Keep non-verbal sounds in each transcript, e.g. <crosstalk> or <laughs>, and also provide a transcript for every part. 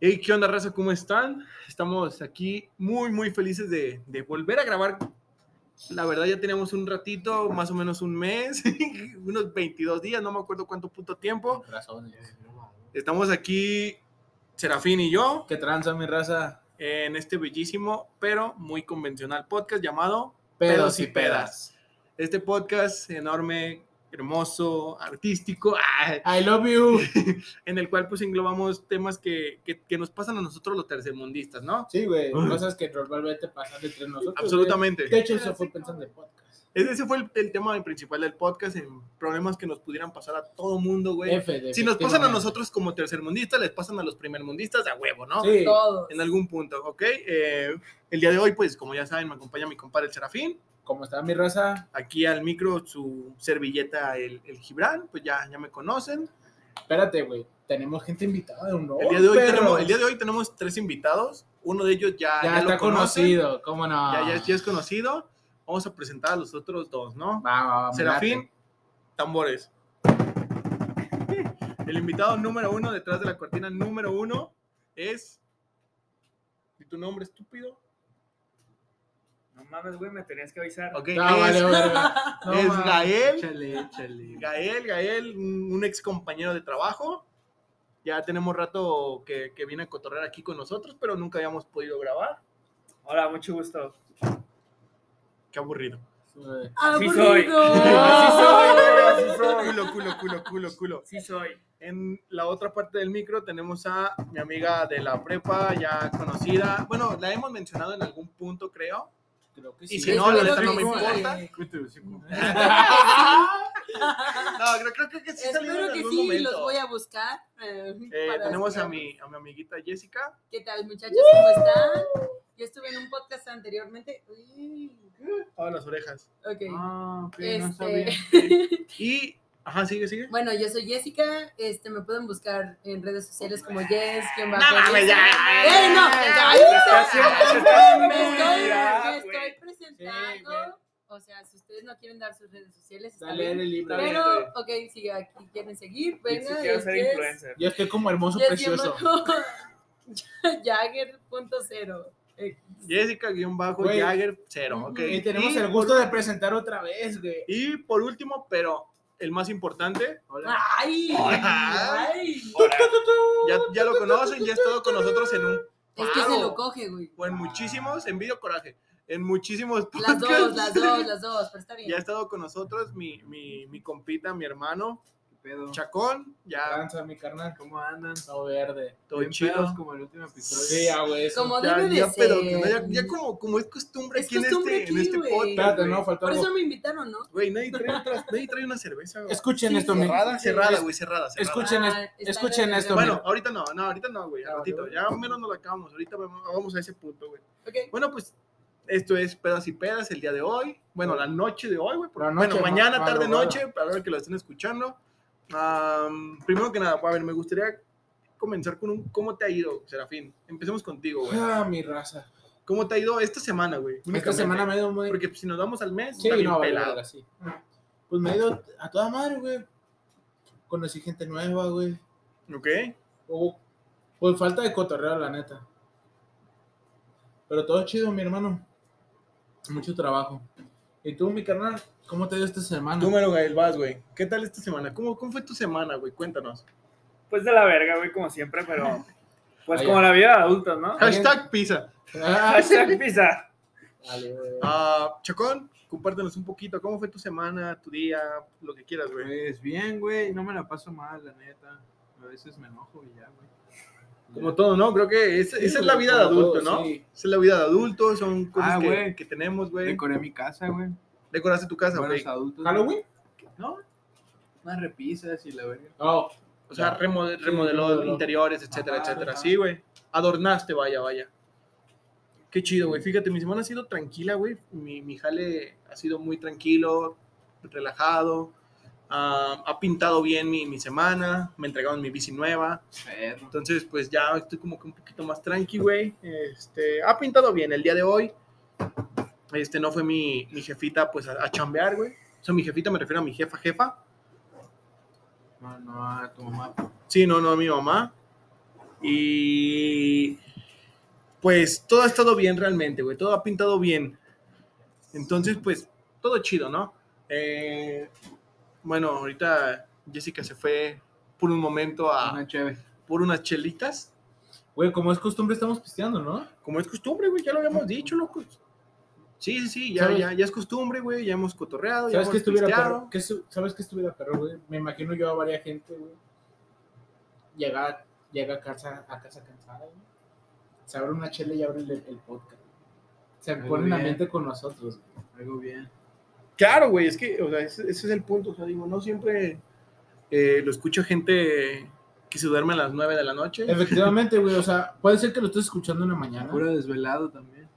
Hey, ¿qué onda, raza? ¿Cómo están? Estamos aquí muy, muy felices de, de volver a grabar. La verdad, ya teníamos un ratito, más o menos un mes, <laughs> unos 22 días, no me acuerdo cuánto puto tiempo. Razón, eh. Estamos aquí, Serafín y yo, ¿Qué tranza, mi raza? en este bellísimo, pero muy convencional podcast llamado Pedos y pedas. Este podcast enorme, hermoso, artístico, <laughs> ah, I love you. en el cual pues englobamos temas que, que- que nos pasan a nosotros los tercermundistas, ¿no? <laughs> Sí, güey. Uy. Cosas que normalmente pasan entre nosotros. güey. Absolutamente. De hecho, eso fue pensando en podcast. Ese fue el, el tema principal del podcast, en problemas que nos pudieran pasar a todo mundo, güey. F, de Si nos pasan a efectivamente. nosotros como tercermundistas, les pasan a los primermundistas a huevo, ¿no? Sí. Todo. En algún punto, ¿ok? Eh, el día de hoy, pues, como ya saben, me acompaña mi compadre el Serafín. ¿Cómo está mi raza? Aquí al micro su servilleta, el, el Gibran, pues ya, ya me conocen. Espérate, güey. Tenemos gente invitada de un nuevo. El día, de hoy perro. tenemos, el día de hoy tenemos tres invitados. Uno de ellos ya, Ya, ya está lo conocen, conocido. Ah. ¿Cómo no? ya, ya- ya es conocido. Vamos a presentar a los otros dos, ¿no? Va, va, va, me Serafín, late. tambores. <laughs> El invitado número uno detrás de la cortina número uno es. ¿Y tu nombre, estúpido? No mames, güey, me tenías que avisar. Ok, No, es, vale, vale, vale. <laughs> No, es mames. Gael. Échale, échale. Gael, Gael, un un ex compañero de trabajo. Ya tenemos rato que, que viene a cotorrear aquí con nosotros, pero nunca habíamos podido grabar. Hola, mucho gusto. Qué aburrido. Güey. Sí <laughs> soy. Aburrido. Sí soy, sí soy. Culo, culo, culo, culo, culo. Sí soy. En la otra parte del micro tenemos a mi amiga de la prepa, ya conocida. Bueno, la hemos mencionado en algún punto, creo. Creo que Y sí. si no, la creo neta no que me sí. importa. <laughs> No, creo, creo- creo que sí salió en Espero que algún sí, momento. los voy a buscar. eh, Eh, para tenemos a escuchar. mi, a mi amiguita Jessica. ¿Qué tal, muchachos? ¿Cómo están? Yo estuve en un podcast anteriormente. Uy, Ah, las orejas. ok. Ah, ok, Este- Y, ajá, sigue, sigue. <laughs> Bueno, yo soy Jessica. Este, me pueden buscar en redes sociales como Jess. ¿Quién va No, mames, ya, ya, ya, ¡Eh, no! ya, ya, Se ya, está haciendo- se está haciendo Me estoy, publicidad, me güey. estoy presentando. Sí, güey. o sea, si ustedes no quieren dar sus redes sociales, está Dale bien. el libro. Está bien, Pero, está ok, si aquí quieren seguir, Y venga. Si quiero es ser Jess- <laughs> influencer. Yo estoy como hermoso, Jess precioso. Guión <laughs> bajo Jagger.0. Eh, Jessica, guión bajo, Güey. Jagger, cero. ok. Y tenemos Y el gusto de presentar otra vez, güey. Y por último, pero el más importante, Hola. ¡Ay! Hola. ¡Ay! ya, ya lo conocen, ya ha estado con nosotros en un Es que se Claro. lo coge, <laughs> güey. o en muchísimos, envidio coraje, en muchísimos Las podcasts. dos, las dos, las dos, pero está <laughs> bien. Ya ha estado con nosotros mi, mi, mi compita, mi hermano, ¿Qué pedo? Chacón, ya Lanza, mi carnal. ¿Cómo andan? No verde. todo Bien pedos chido. como el último episodio. Sí, ah, güey. eso. Como Ya, debe de ya, ser. pero que no, ya, ya como, como es costumbre Es aquí en costumbre este, en aquí, este güey. podcast. Espérate, güey. no, faltó Por algo. eso me invitaron, ¿no? Güey, nadie trae, otras- nadie trae una cerveza. güey. Escuchen Sí, esto, sí. mi. Cerrada, cerrada, güey, cerrada. cerrada. Escucha, Escuchen Ah, es- está escuchen bien, esto, está bien. Bueno, ahorita no, no, ahorita no, güey, al Ah, ratito. vale, Ya menos no la acabamos, ahorita vamos, vamos a ese punto, güey. Ok. Bueno, pues esto es pedas y pedas el día de hoy. Bueno, la noche de hoy, güey. porque- La noche, bueno, mañana, ma- tarde, madrugada. noche, para ver que lo estén escuchando. Am, primero que nada, a ver, me gustaría comenzar con un cómo te ha ido, Serafín. Empecemos contigo, güey. Ah, mi raza. ¿Cómo te ha ido esta semana, güey? Esta Únicamente. semana me ha ido muy. Porque pues, si nos vamos al mes, Sí, está bien no, vale, pelado. verga, sí. Pues me ha ido a toda madre, güey. Conocí gente nueva, güey. ¿Ok? Hubo. Pues falta de cotorreo, la neta. Pero todo chido, mi hermano. Mucho trabajo. ¿Y tú, mi carnal? ¿Cómo te ha ido esta semana? Número, Gael, vas, güey. ¿Qué tal esta semana? ¿Cómo, cómo fue tu semana, güey? Cuéntanos. Pues de la verga, güey, como siempre, <laughs> pero. Pues Ah, como la vida de <laughs> adultos, ¿no? Bien. Hashtag pizza. <laughs> Ah, Hashtag pizza. dale, güey. Ah, Chacón, compártenos un poquito. ¿Cómo fue tu semana, tu día, lo que quieras, güey? Pues bien, güey, no me la paso mal, la neta. A veces me enojo y ya, güey. Como todo, ¿no? Creo que es- esa es la vida de como adulto, todo, ¿no? sí. Esa es la vida de adulto, son cosas Ah, que, güey. que tenemos, güey. Decoré mi casa, güey. Decoraste tu casa, Para güey. los adultos. ¿Halloween? güey. No, unas repisas y la verga. Oh, O sea, remode- Sí, remodeló remodeló. interiores, etcétera, Ajá, etcétera. ajá. Sí, güey. Adornaste, vaya, vaya. Qué chido, güey. Fíjate, mi semana ha sido tranquila, güey. Mi, mi jale ha sido muy tranquilo, relajado. Ah, ha pintado bien mi, mi semana. Me entregaron mi bici nueva. Perro. Entonces, pues ya estoy como que un poquito más tranqui, güey. Este, ha pintado bien el día de hoy. Este, no fue mi, mi jefita, pues, a, a chambear, güey. O sea, mi jefita me refiero a mi jefa, jefa. No, no, a tu mamá. Sí, no, no, a mi mamá. Y pues todo ha estado bien realmente, güey. Todo ha pintado bien. Entonces, pues, todo chido, ¿no? Eh, bueno, ahorita Jessica se fue por un momento a Una chévere. por unas chelitas. Güey, como es costumbre, estamos pisteando, ¿no? Como es costumbre, güey, ya lo habíamos dicho, loco. Sí, sí, sí, ya, ¿Sabes? ya, ya es costumbre, güey, ya hemos cotorreado, ya ¿Sabes hemos qué estuviera pisteado. perro? ¿Qué su- ¿Sabes qué estuviera perro, güey? Me imagino yo a varias gente, güey. Llega, llega a casa, a casa cansada, güey. Se abre una chela y abre el, el podcast. Se Muy pone en bien. ambiente con nosotros. güey. Algo bien. Claro, güey, es que, o sea, ese, ese es el punto, o sea, digo, no siempre eh, lo escucha gente que se duerme a las 9 de la noche. Em. Efectivamente, güey. O sea, puede ser que lo estés escuchando en la mañana. Puro desvelado también.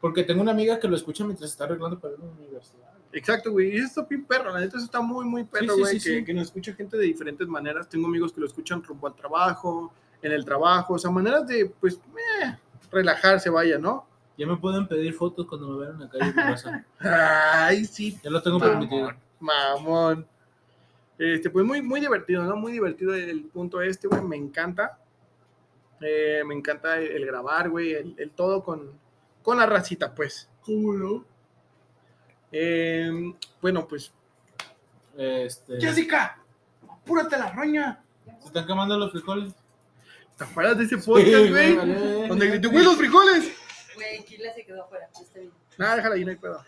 Porque tengo una amiga que lo escucha mientras está arreglando para ir a la universidad. güey. Exacto, güey, y esto bien perro, la neta, eso está muy, muy perro, sí, güey, sí, que, sí. que nos escucha gente de diferentes maneras. Tengo amigos que lo escuchan rumbo al trabajo, en el trabajo, o sea, maneras de, pues, eh, relajarse, vaya, ¿no? Ya me pueden pedir fotos cuando me vean en la calle. güey, raza. Ay, sí, ya lo tengo Mamón. permitido. Mamón. Este, pues muy, muy divertido, ¿no? Muy divertido el punto este, güey. Me encanta. Eh, me encanta el, el grabar, güey. El, el todo con, con la racita, pues. ¿Cómo no? Eh, bueno, pues. Este, se Eh. ¡Jessica! ¡Apúrate la roña! están quemando <laughs> los frijoles. eh, ¿Te acuerdas de ese podcast, güey? Donde gritó, güey, los frijoles. Güey, Kila se quedó afuera. Está bien. Nada, déjala ahí, no hay pedo.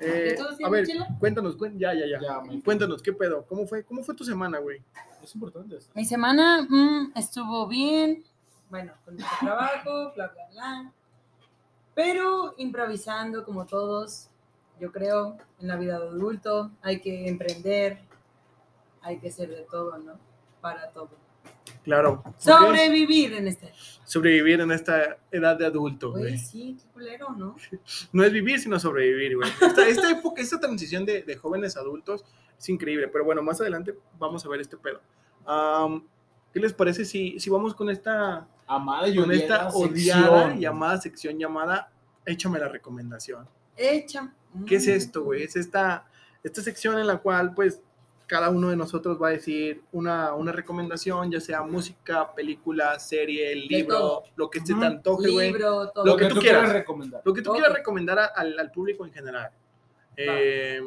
Eh, ¿Entonces sí, a ver, Michela? cuéntanos, cuen- ya, ya, ya, Ya, muy bien. Cuéntanos, ¿qué pedo? ¿Cómo fue, cómo fue tu semana, güey? Es importante eso. Mi semana mm, estuvo bien, bueno, con mucho trabajo, bla, bla, bla. Pero improvisando como todos, yo creo, en la vida de adulto hay que emprender, hay que ser de todo, ¿no? Para todo. Claro. Ok. Sobrevivir en este. sobrevivir en esta edad de adulto, Güey, güey. sí, qué culero, ¿no? No es vivir, sino sobrevivir, güey. Esta, esta época, esta transición de, de jóvenes a adultos es increíble. Pero bueno, más adelante vamos a ver este pedo. Am, ¿Qué les parece si, si vamos con esta, Amada y con odiada esta odiada sección. llamada sección llamada Échame la recomendación? Echa. ¿Qué es Mm. esto, güey? Es esta, esta sección en la cual, pues, cada uno de nosotros va a decir una, una recomendación, ya sea música, película, serie, libro, todo. lo que se te Ajá. antoje, güey. Libro, todo. Lo que tú quieras. recomendar. Lo que tú Ok. quieras recomendar a- al, al público en general. Eh,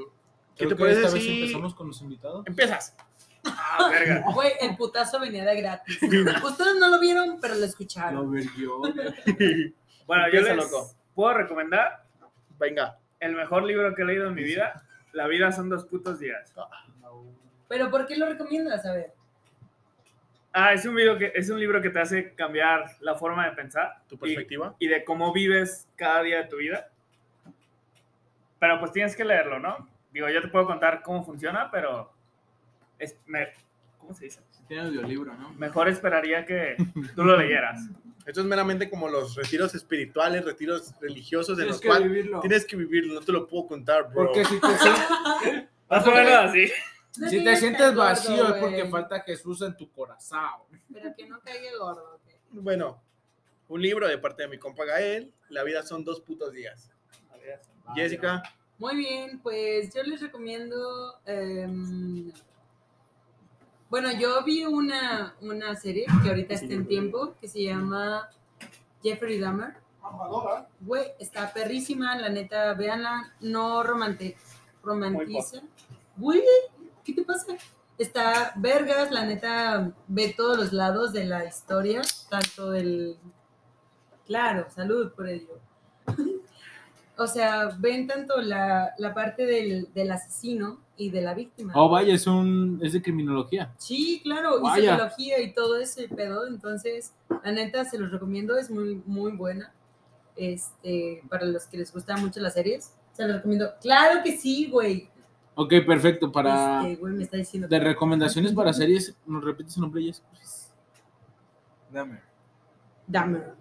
¿Qué Creo te que parece esta vez si empezamos con los invitados? empiezas? Ah, verga. Güey, el putazo venía de <laughs> gratis. Ustedes no lo vieron, pero lo Ah. escucharon. Lo verguió. Bueno, yo Empieza, les loco. puedo recomendar Venga. el mejor libro que he leído en mi vida. La vida son dos putos días. Pero ¿por qué lo recomiendas? A ver. Ah, es un, video que, es un libro que te hace cambiar la forma de pensar ¿Tu y, perspectiva? y de cómo vives cada día de tu vida. Pero pues tienes que leerlo, ¿no? Digo, yo te puedo contar cómo funciona, pero es, me- ¿cómo se dice? Sí tiene audiolibro, ¿no? Mejor esperaría que tú lo leyeras. Esto es meramente como los retiros espirituales, retiros religiosos, en Tienes los que cuales vivirlo. tienes que vivirlo. No te lo puedo contar, bro. Porque <laughs> si te, si- Más o menos así. No si te digas sientes tan gordo, vacío es porque güey. falta Jesús en tu corazón. Pero que no caiga gordo. güey. Bueno, un libro de parte de mi compa Gael. La vida son dos putos días. Jessica, Muy bien, pues yo les recomiendo. em, bueno, yo vi una, una serie que ahorita está en tiempo que se llama Jeffrey Dahmer. Güey, está perrísima, la neta, véanla, no romante- romantiza. Güey, ¿qué te pasa? Está vergas, la neta, ve todos los lados de la historia, tanto del... Claro, salud por ello. o sea, ven tanto la, la parte del, del asesino y de la víctima. Oh, vaya, es, un, es de criminología. Sí, claro, y Vaya. psicología y todo ese pedo, entonces, la neta, se los recomiendo, es muy, muy buena. Este, para los que les gustan mucho las series, se los recomiendo. Claro que sí, güey. Ok, perfecto. Para Este, güey, me está diciendo. de recomendaciones para series, ¿nos repites su nombre, Jessica? Dame. Dahmer.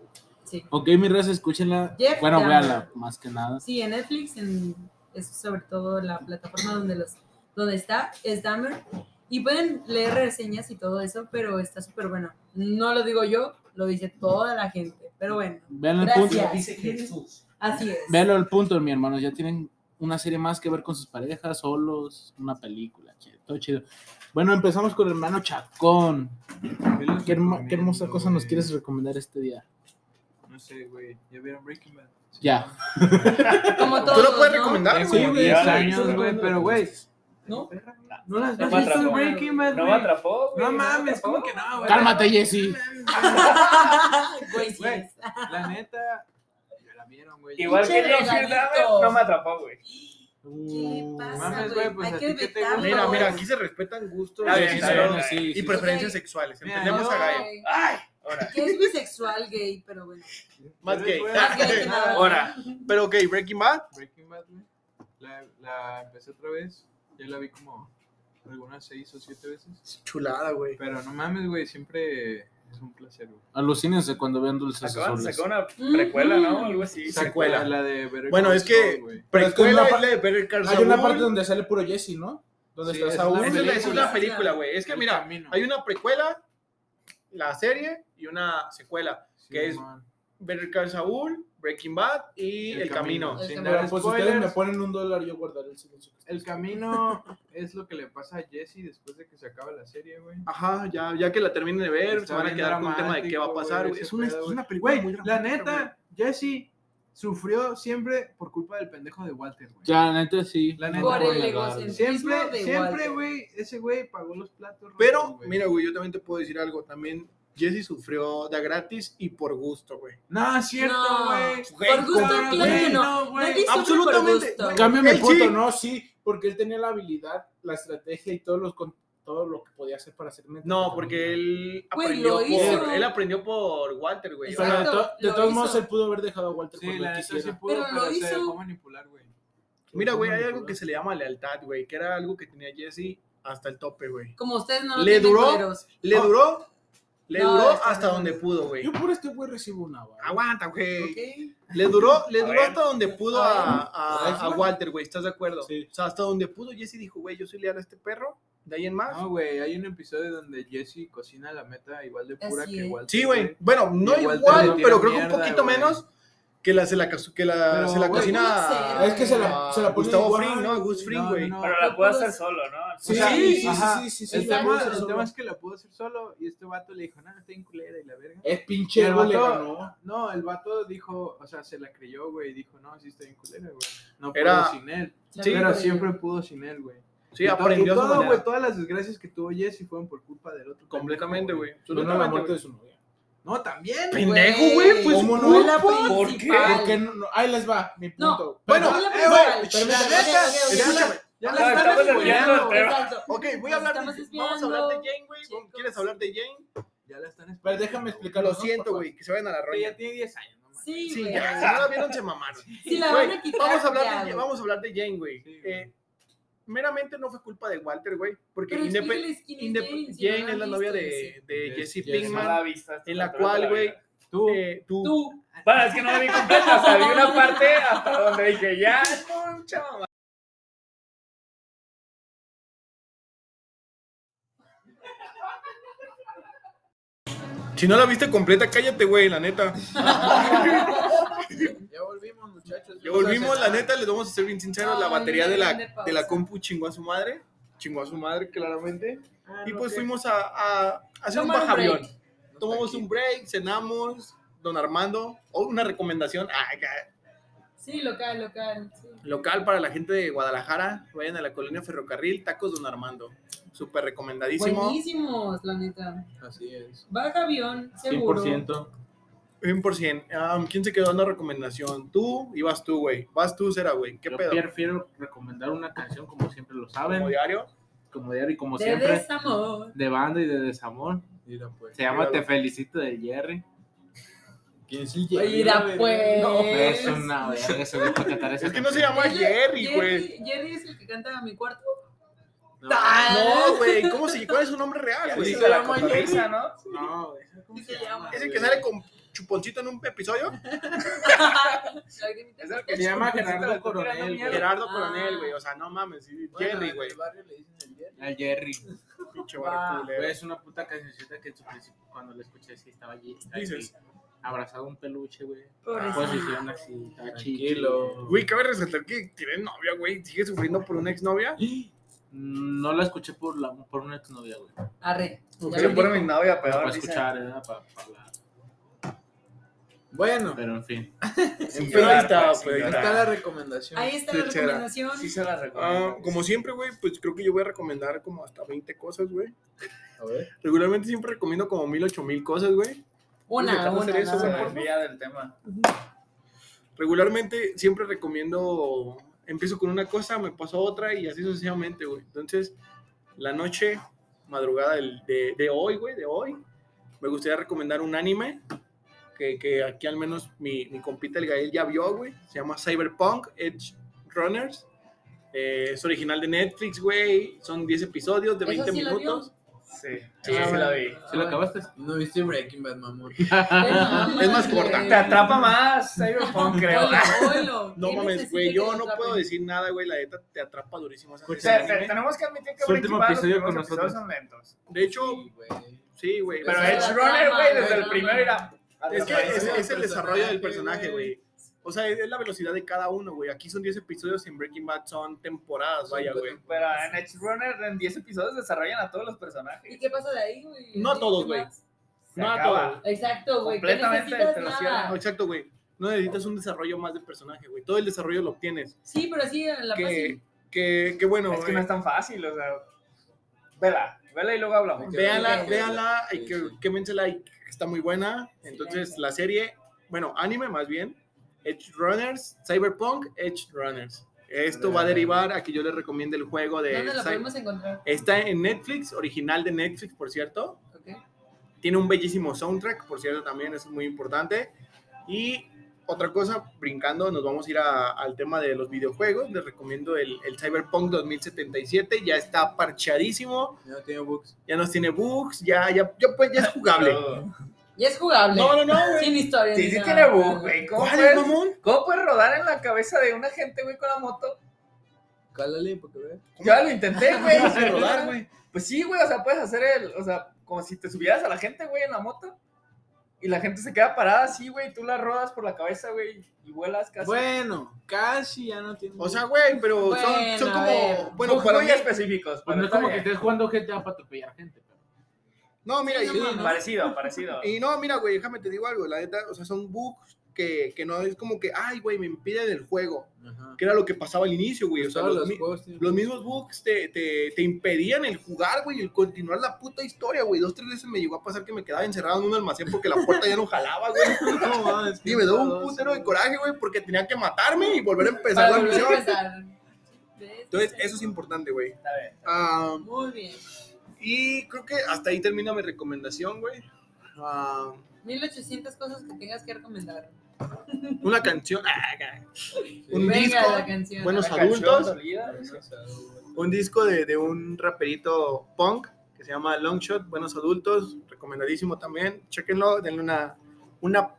Sí. Ok, mi raza, escúchenla. Jeff bueno, Dahmer. véanla, más que nada. Sí, en Netflix, en, es sobre todo la plataforma donde, los, donde está, es Dahmer. Y pueden leer reseñas y todo eso, pero está súper buena. No lo digo yo, lo dice toda la gente. Pero bueno, Vean el punto. gracias. Así es. Véanlo el punto, mi hermano. Ya tienen una serie más que ver con sus parejas, solos, una película, chido, todo chido. Bueno, empezamos con hermano Chacón. ¿Qué, herma- qué hermosa cosa nos quieres recomendar este día? No sé, güey. ¿Ya vieron Breaking Bad? Sí. Ya. Como ¿Tú todos, lo puedes ¿no? recomendar, Tengo como güey? güey, 10 ya la años, hice, güey, pero güey. ¿No? No las No has me visto atrapó. Breaking Bad, No me güey. atrapó, güey. No me mames, atrapó. ¿cómo que no, güey? Cálmate, Jesse. Güey, sí Güey. es. La neta, ya la vieron, güey. Igual que Pinche yo, Fear regalito. Dahmer, no me atrapó, güey. ¿Qué pasa, mames, güey? güey, pues, Hay ¿a que ti qué te vetarlo. gusta? Mira, mira, aquí se respetan gustos Está bien, géneros está bien, está sí, y sí, preferencias sí. sexuales. Mira, Empecemos yo- a gallo. Ay, ¡Ay! Ahora. Que es bisexual, gay, pero bueno. Más Pues, gay. Más gay que nada. Ahora. Pero ok, Breaking Bad. Breaking Bad, güey. La, la empecé otra vez. Ya la vi como algunas seis o siete veces. Chulada, güey. Pero no mames, güey. Siempre es un placer, güey. Alucínense cuando vean dulces Acaban de azules. sacar una precuela, ¿no? Algo así. Sí. secuela. La de Better Bueno, Call es que- Saul, güey. Pero es que Precuela una es pa- la de Better Call Hay una Saul. parte donde sale puro Jesse, ¿no? Donde Sí, está es Saúl. la Esa es la- esa es la Película. película, güey. Es que El mira, camino. hay una precuela, la serie y una secuela. Sí, que es- man. Better Call Saul, Breaking Bad y El, El Camino. Camino. Sin Sin Pero dar dar pues si ustedes me spoilers, ponen un dólar, yo guardaré el silencio. el camino es lo que le pasa a Jesse después de que se acaba la serie, güey. Ajá, ya, ya que la terminen de ver, Está se van a bien quedar con un tema de qué va a dramático, pasar, güey, güey. ese Es una, pedo, es una película Güey, muy la dramática, güey. neta, Jesse sufrió siempre por culpa del pendejo de Walter, güey. Ya, la neta sí. La No neta. me Por voy el a negar, negocio. Mismo Siempre, de siempre, Walter. güey, ese güey pagó los platos. rotos, Pero, güey. mira, güey, yo también te puedo decir algo. También Jesse sufrió de a gratis y por gusto, güey. No, es cierto, No, por güey. gusto, Cabrón, claro que güey, no. güey. Nadie sufre Absolutamente. por gusto. Cámbiame Él el punto, sí. no, sí, porque él tenía la habilidad, la estrategia y todo, los, con- todo lo que podía hacer para hacer No, porque él Güey, aprendió, lo hizo. por, él aprendió por Walter, güey. Pero de, Exacto, to- de lo todos hizo. modos, él pudo haber dejado a Walter Sí, cuando la él neta sí quisiera. pudo, Pero pero, lo se hizo. dejó manipular, güey. Mira, güey, hay algo que se le llama lealtad, güey, que era algo que tenía Jesse hasta el tope, güey. Como ustedes no lo ¿Le tienen duró? culeros. Le Ah. duró, le No, duró está hasta bien. donde pudo, güey. Yo por este güey recibo una Ah, bala. Aguanta, güey. Ok. Le duró, le A duró ver. hasta donde pudo A ver. a, a- Ay, sí, a güey. Walter, güey, ¿estás de acuerdo? Sí. O sea, hasta donde pudo, Jesse dijo, güey, yo soy leal a este perro, de ahí en más. No, güey, hay un episodio donde Jesse cocina la meta igual de pura Así que es. Walter. Sí, güey. Bueno, no Y igual, Walter le tira pero creo que un mierda, poquito güey. menos que la, se la, casu- que la, Pero, se la güey, cocina. ¿cómo Es que se la, a se la pone Gustavo igual. Fring, ¿no? A Gus Fring, No, güey. no, no. Pero la puedo hacer solo, ¿no? Sí, O sea, sí, sí, ajá. sí, sí, sí, El la tema, puso el solo. tema es que la pudo hacer solo y este vato le dijo, no, está bien culera y la verga. Es Y pinche el güey, le vato, ganó. no, el vato dijo, o sea, se la creyó, güey, y dijo, no, sí está bien culera, güey. No pudo Era- sin él. Sí, pero güey. siempre pudo sin él, güey. Sí, Y to- aprendió y a su todo, manera. güey, todas las desgracias que tuvo Jesse fueron por culpa del otro. Completamente, pendejo, güey. Pero no la Absolutamente, muerte güey. de su novia. No, también. Pendejo, güey. Pues, ¿Cómo no? güey. Fue la ¿Por principal. Porque no- no- ahí les va, mi No. punto. Bueno, Fue la eh, principal. güey, pero la Ok, neta, ok, ok. Escúchame. Ya Nos la Ah, estamos estamos estamos desviando spoileando. el tema. Exacto. Ok, voy a Nos hablar estamos de, vamos a hablar de desviando, Jane, güey. chicos. ¿Quieres hablar de Jane? Ya la están Pero déjame explicar. Lo siento, güey, que se vayan a la Que roña. ya tiene 10 años, no mames. Sí, Sí, güey. ya, si no la vieron, se mamaron. Si <laughs> la Güey, van a quitar. vamos, a hablar ya, de, güey. vamos a hablar de Jane, güey. Sí, güey. Eh, meramente no fue culpa de Walter, güey. Porque Pero independ- explíqueles quién es indep- Jane. si no Jane la es han la visto, novia dice. de, de Yes, Jesse yes. No Pinkman. la viste. En la cual, güey, Tú, eh, tú. <laughs> Tú. Bueno, es que no la vi completa. O sea, vi una parte hasta donde dije, ya, concha, mamá. Si no la viste completa, cállate, güey, la neta. Ya volvimos, muchachos. Ya volvimos, la neta, les vamos a ser bien sinceros. La Ay, batería de de la, pausa. de la compu chingó a su madre. Chingó a su madre, claramente. Y pues ok. fuimos a, a hacer un Ah, Tomar un bajavión. break. Tomamos un break, cenamos. Don Armando, o una recomendación ah, ca- Sí, local, local. sí. local para la gente de Guadalajara. Vayan a la colonia Ferrocarril, tacos Don Armando. Súper recomendadísimo. Buenísimos, la neta. Así es. Baja avión, seguro. 100%. 100%. Ah, ¿Quién se quedó dando recomendación? Tú y vas tú, güey. Vas tú, Cera, güey. ¿Qué Yo pedo? prefiero recomendar una canción, como siempre lo ¿Como saben, diario? como diario y como De siempre, desamor. de banda y de desamor. Mira, pues. Se llama Míralo. Te Felicito de Jerry. ¿Quién es el Jerry? Mira, pues. No, Es una verga ese güey para cantar esa Es que no se canción. llama Jerry, güey. Jerry, Jerry es el que canta a mi cuarto. No, Ah. No, güey. ¿Cómo se ¿Cuál es su nombre real, güey? Dice la cotorriza, ¿no? No, güey, ¿cómo Sí se llama. ¿Es el que sale con chuponcito en un episodio? Lagrimita. Es el que Se llama Gerardo Gerardo Coronel, Coronel, güey. Gerardo Ah. Coronel, güey. O sea, no mames. sí, Jerry, güey. Al Jerry. Pinche Va. barculero. Ah. Es una puta cancioncita que en su principio, cuando la escuché, sí estaba allí. Dices. abrazado un peluche, güey. Pues Pobrecito. Pues Posición así, estaba Tranquilo. Güey, cabe resaltar que tiene novia, güey. Sigue sufriendo por una exnovia. chichi. No la escuché por, la, por una exnovia, güey. Arre. ya Se lo le pone mi dijo. novia, Pero pero para dice- escuchar, era para, hablar. Bueno, Pero en fin. Sin Pero ahí llorar, está, pues, sin pues, ahí llorar. está la recomendación. Ahí está la Lechera. recomendación. Sí se la Ah, recomiendo. como siempre, güey, pues creo que yo voy a recomendar como hasta 20 cosas, güey. A ver. Regularmente siempre recomiendo como mil, ocho mil cosas, güey. Una, Vamos a una. hacer eso, se güey. me nada más. desvía del tema. Regularmente siempre recomiendo, empiezo con una cosa, me paso a otra y así sucesivamente, güey. Entonces, la noche, madrugada del- de, de hoy, güey, de hoy, me gustaría recomendar un anime que, que aquí al menos mi, mi compita el Gael ya vio, güey. Se llama Cyberpunk Edge Runners. Eh, es original de Netflix, güey. Son 10 episodios de ¿Eso 20 sí lo vio? minutos. Sí, Ah. Sí, sí, sí bueno. la vi. ¿Sí lo acabaste? Ah, No viste Breaking Bad, mamón. <laughs> Es más este, corta. Te atrapa más Cyberpunk, creo. Hola, hola. <laughs> No ¿Quién mames, necesita güey, que yo te no atrapen? puedo decir nada, güey, la neta te atrapa durísimo. esa O serie sea, de <laughs> te- anime. tenemos que admitir que Su último Breaking Bad, los episodio primeros con episodios nosotros. son lentos. De hecho, Sí, güey. sí, güey. Pero Esa Edge es la Runner, trama, güey, desde la el trama. primero era... Es que es, es el personaje, desarrollo del personaje, güey. güey. O sea, es, es la velocidad de cada uno, güey. Aquí son 10 episodios y en Breaking Bad son temporadas, vaya, güey. Pero en Edge Runner en 10 episodios desarrollan a todos los personajes. ¿Y qué pasa de ahí, güey? No a todos, güey. Se No a acaba. todo. Exacto, güey. que Completamente, necesitas te lo nada. cierran. No, exacto, güey. No necesitas un desarrollo más de personaje, güey. Todo el desarrollo lo obtienes. Sí, pero sí, en la Que, fácil. que, que bueno, Es que eh, no es tan fácil, o sea... Vela, vela y luego hablamos. Ok. véanla, Sí, véanla, sí, hay que, sí. quémensela, y está muy buena. Sí, Entonces, sí. la serie, bueno, anime más bien, Edge Runners, Cyberpunk, Edge Runners. Esto va a derivar a que yo les recomiende el juego de... ¿Dónde la Cy- podemos encontrar? Está en Netflix, original de Netflix, por cierto. Ok. Tiene un bellísimo soundtrack, por cierto, también eso es muy importante. Y otra cosa, brincando, nos vamos a ir a- al tema de los videojuegos. Les recomiendo el, el Cyberpunk 2077, ya está parchadísimo, Ya tiene books. ya no tiene bugs, ya, ya, ya, pues, ya es jugable. Y es jugable. No, no, no, güey. Sin historia. Sí, ni sí nada. tiene bug, güey. ¿Cómo ¿Cuál puedes- mamón? ¿Cómo puedes rodar en la cabeza de una gente, güey, con la moto? Cálale porque veas. Yo ya lo intenté, güey. Vas a rodar, güey. Pues sí, güey, o sea, puedes hacer el, o sea, como si te subieras a la gente, güey, en la moto. Y la gente se queda parada así, güey, tú la rodas por la cabeza, güey, y vuelas casi. Bueno, casi ya no tiene. O sea, güey, pero son, son Bueno, a ver. como. Bueno, Bugs para muy mí- específicos, Pues pero no es está como que bien. estés jugando GTA para atropellar gente. pero- No, mira, Sí, y- no mames. <laughs> Parecido, parecido. Y no, mira, güey, déjame te digo algo, la neta, o sea, son bugs que, que no es como que, ay, güey, me impiden el juego, Ajá. que era lo que pasaba al inicio, güey, o sea, Todos los, los mi- juegos tienen- los mismos bugs te, te, te impedían el jugar, güey, el continuar la puta historia, güey, dos, tres veces me llegó a pasar que me quedaba encerrado en un almacén porque la puerta ya no jalaba, güey, No, mames, y me daba un todos, putero de sí. coraje, güey, porque tenía que matarme y volver a empezar Para la volver a misión. empezar. ¿Ves? Entonces, eso es importante, güey. Está bien. Ah, Muy bien. y creo que hasta ahí termina mi recomendación, güey. Ah, 1800 cosas que tengas que recomendar. una canción, ah, un Venga, disco. la canción. buenos La canción adultos. dolida, güey. un disco de, de un raperito punk que se llama Longshot, Buenos Adultos, recomendadísimo también. Chequenlo, denle una, una,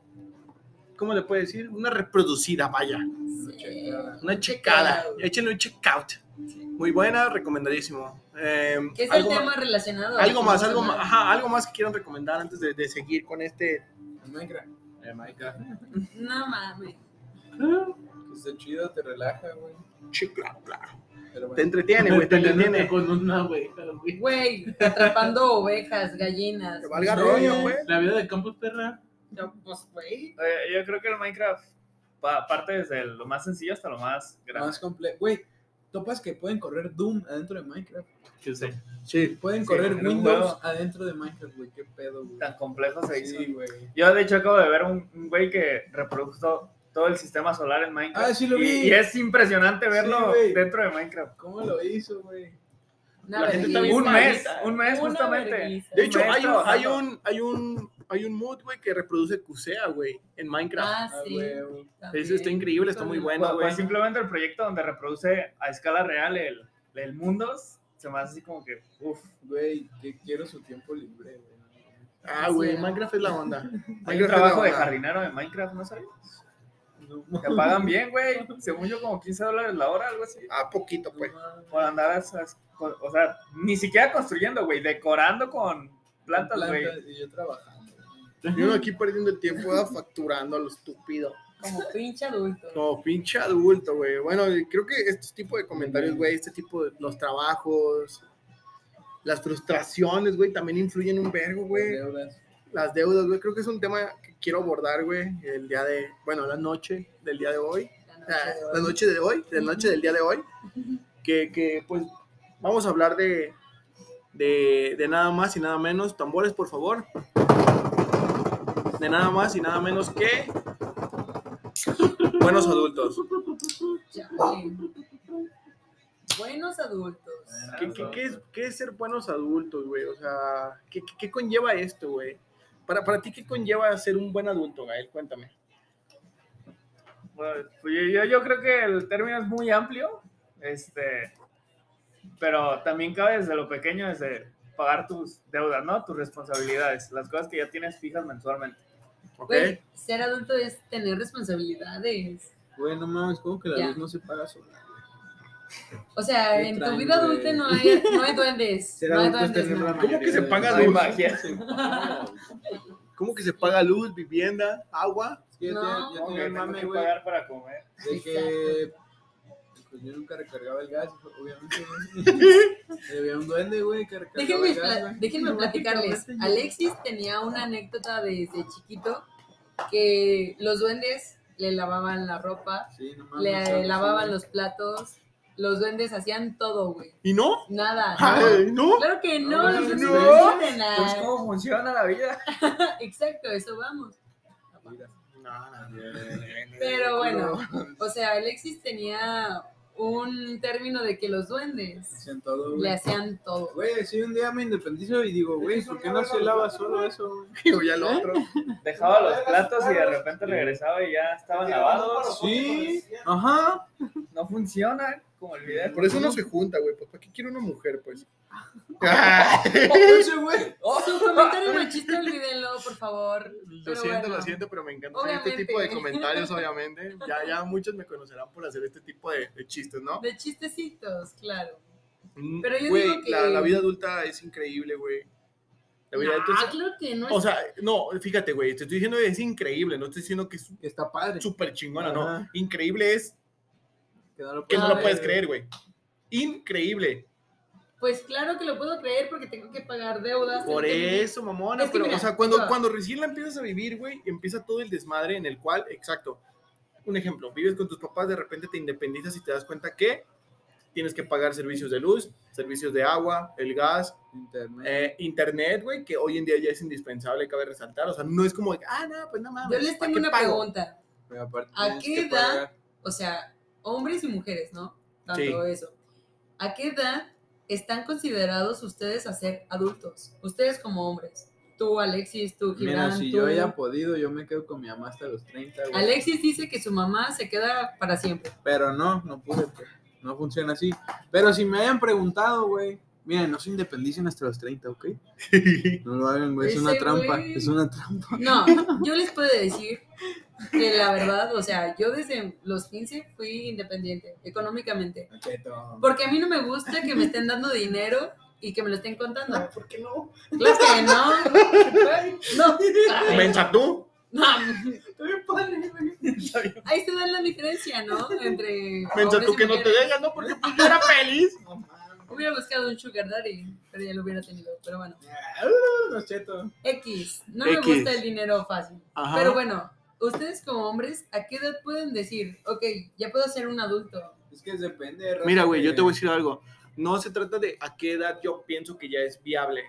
¿cómo le puedo decir? Una reproducida, vaya, Sí. una checada. Checada. Échenle un checkout. Muy buena, recomendadísimo. Eh, ¿Qué es algo el tema más, relacionado? algo más, Vamos a algo más, hablar. ajá, algo más que quieran recomendar antes de, de seguir con este. Minecraft. Eh, Minecraft. No mames. Ah, Que está chido, te relaja, güey. Chicla, bla. Pero Te bueno. entretiene, güey, te Peleándote entretiene. Con una oveja, güey. Güey, <laughs> atrapando ovejas, gallinas. Que valga Sí. rollo, güey. La vida de campus, perra. No, pues, Oye, güey. Eh, Yo creo que el Minecraft pa- parte desde lo más sencillo hasta lo más grande. Más complejo. Güey, topas que pueden correr Doom adentro de Minecraft. Que sé. Sí. Pueden Sí, correr en un Windows juego. adentro de Minecraft, güey. Qué pedo, güey. Tan complejo se hizo. Sí, güey. Yo de hecho acabo de ver un un güey que reprodujo todo el sistema solar en Minecraft. Ah, sí lo vi. Y, y es impresionante verlo güey. dentro de Minecraft. ¿Cómo lo hizo, güey? Una La gente está vergüenza. bien Un mes, malita. un mes Una justamente. vergüenza. De hecho, hay un, Maestro, hay un, hay un, hay un mood, güey, que reproduce Cusea, güey, en Minecraft. Ah, Ah, sí. güey, güey. Eso está increíble, está muy bueno, Pues, güey. pues, simplemente el proyecto donde reproduce a escala real el, el mundo se me hace así como que, uff. Güey, que quiero su tiempo libre, güey. Ah, güey, Minecraft es la <laughs> onda. Hay un Minecraft trabajo de es la onda. jardinero de Minecraft, ¿no sabes? Te pagan bien, güey. Según yo, como 15 dólares la hora, algo así. Ah, poquito, pues. Por andar, a esas co- o sea, ni siquiera construyendo, güey. Decorando con plantas, güey. Y yo trabajando. güey. Y uno aquí perdiendo el tiempo, ¿verdad? facturando a lo estúpido. Como pinche adulto. Como pinche adulto, güey. Bueno, y creo que este tipo de comentarios, güey, este tipo de los trabajos, las frustraciones, güey, también influyen un vergo, güey. Deudas. Las deudas, güey, creo que es un tema que quiero abordar, güey, el día de, bueno, la noche del día de hoy. La Ah, noche de hoy. la noche de hoy, la noche del día de hoy, que, que, pues vamos a hablar de, de, de nada más y nada menos, tambores por favor, de nada más y nada menos que buenos adultos. Chale. Buenos adultos. ¿Qué, qué- qué es, qué es ser buenos adultos, güey? O sea, ¿qué, qué- qué conlleva esto, güey? Para, para ti, ¿qué conlleva ser un buen adulto, Gael? Cuéntame. Bueno, pues yo, yo- yo creo que el término es muy amplio, este, pero también cabe desde lo pequeño, desde pagar tus deudas, ¿no? Tus responsabilidades, las cosas que ya tienes fijas mensualmente. ¿Ok? Güey, ser adulto es tener responsabilidades. Güey, no mames, ¿cómo que la Ya. luz no se paga sola? O sea, ¿Qué en tu traen, vida güey? adulta no hay, no hay duendes. Ser No hay adulto es duendes, tener no. la ¿Cómo que se mayoría paga de- luz? ¿Cómo que se paga luz, vivienda, agua? Sí, yo No. tenía- yo No, tenía que el tengo mame, que güey, pagar para comer. de que pues yo nunca recargaba el gas, obviamente. <laughs> güey. Había un duende, güey, que recargaba Déjenme, el gas. pla- güey. déjenme platicarles. este Alexis tenía una anécdota desde chiquito que los duendes le lavaban la ropa, Sí, no Ah, mames, no le sabes, lavaban güey. los platos, los duendes hacían todo, güey. ¿Y no? Nada. nada. Ay, Pues, ¿No? Claro que no, No, los duendes no. no hacen nada. Entonces, Pues, ¿cómo funciona la vida? Exacto, eso vamos. Mira, <laughs> Pero bueno, o sea, Alexis tenía un término de que los duendes hacían todo, güey. le hacían todo. Güey, sí, un día me independizo y digo, güey, ¿por qué no se lava solo eso, güey? Digo, ya lo otro. Dejaba los platos y de repente regresaba y ya estaban lavados. Sí, ajá. No funciona como el video. Por eso no se junta, güey. Pues, ¿para qué quiere una mujer, <laughs> pues? Ese güey. Su comentario machista, olvídenlo, por favor. Oh. lo Pero siento, bueno. lo siento, pero me encanta hacer Obviamente. este tipo de comentarios, obviamente. Ya, <laughs> ya muchos me conocerán por hacer este tipo de, de chistes, ¿no? De chistecitos, claro. Mm, Pero yo güey, digo que- la, la vida adulta es increíble, güey. La vida Ah, adulta es... claro que no. O es- sea, no, fíjate, güey, te estoy diciendo que es increíble, no estoy diciendo que es Que está padre. súper chingona, no. Ajá. Increíble es Que no lo que no A lo puedes creer, güey. Increíble. pues claro que lo puedo creer porque tengo que pagar deudas. Por tengo que- eso, mamona. Es que pero, mira, o sea, cuando, yo- cuando recién la empiezas a vivir, güey, empieza todo el desmadre en el cual, exacto. Un ejemplo, vives con tus papás, de repente te independizas y te das cuenta que tienes que pagar servicios de luz, servicios de agua, el gas, Internet. eh, internet, güey, que hoy en día ya es indispensable, cabe resaltar. O sea, no es como, de que, ah, no, pues no mames. Yo les ¿para tengo qué una pago? pregunta. Pero aparte ¿a tienes qué que edad? pagar. O sea, hombres y mujeres, ¿no? Tanto Sí. eso. ¿A qué edad están considerados ustedes a ser adultos? Ustedes como hombres. Tú, Alexis, tú, Gibran, Mira, si tú. yo haya podido, yo me quedo con mi mamá hasta los 30, güey. Alexis dice que su mamá se queda para siempre. Pero no, no pude, pues. No funciona así. Pero si me hayan preguntado, güey. Miren, no se independicen hasta los 30, ¿ok? No lo hagan, güey. Es una Ese trampa. güey. Es una trampa. No, yo les puedo decir que la verdad, o sea, yo desde los 15 fui independiente económicamente. Porque a mí no me gusta que me estén dando dinero y que me lo estén contando. ¿Por qué no? Claro que no. No. <laughs> Ay, Mensa tú. no. Ahí se da la diferencia, ¿no? Entre. Mensa hombres tú y que no te mujeres. dejas, ¿no? Porque pues, yo era feliz. Hubiera buscado un sugar daddy, pero ya lo hubiera tenido. Pero bueno. X. No X. me gusta el dinero fácil. Ajá. Pero bueno, ustedes como hombres, ¿a qué edad pueden decir, ok, ya puedo ser un adulto? Es que depende. raza, Mira, güey, yo te que- voy a Eh. decir algo. No se trata de a qué edad yo pienso que ya es viable.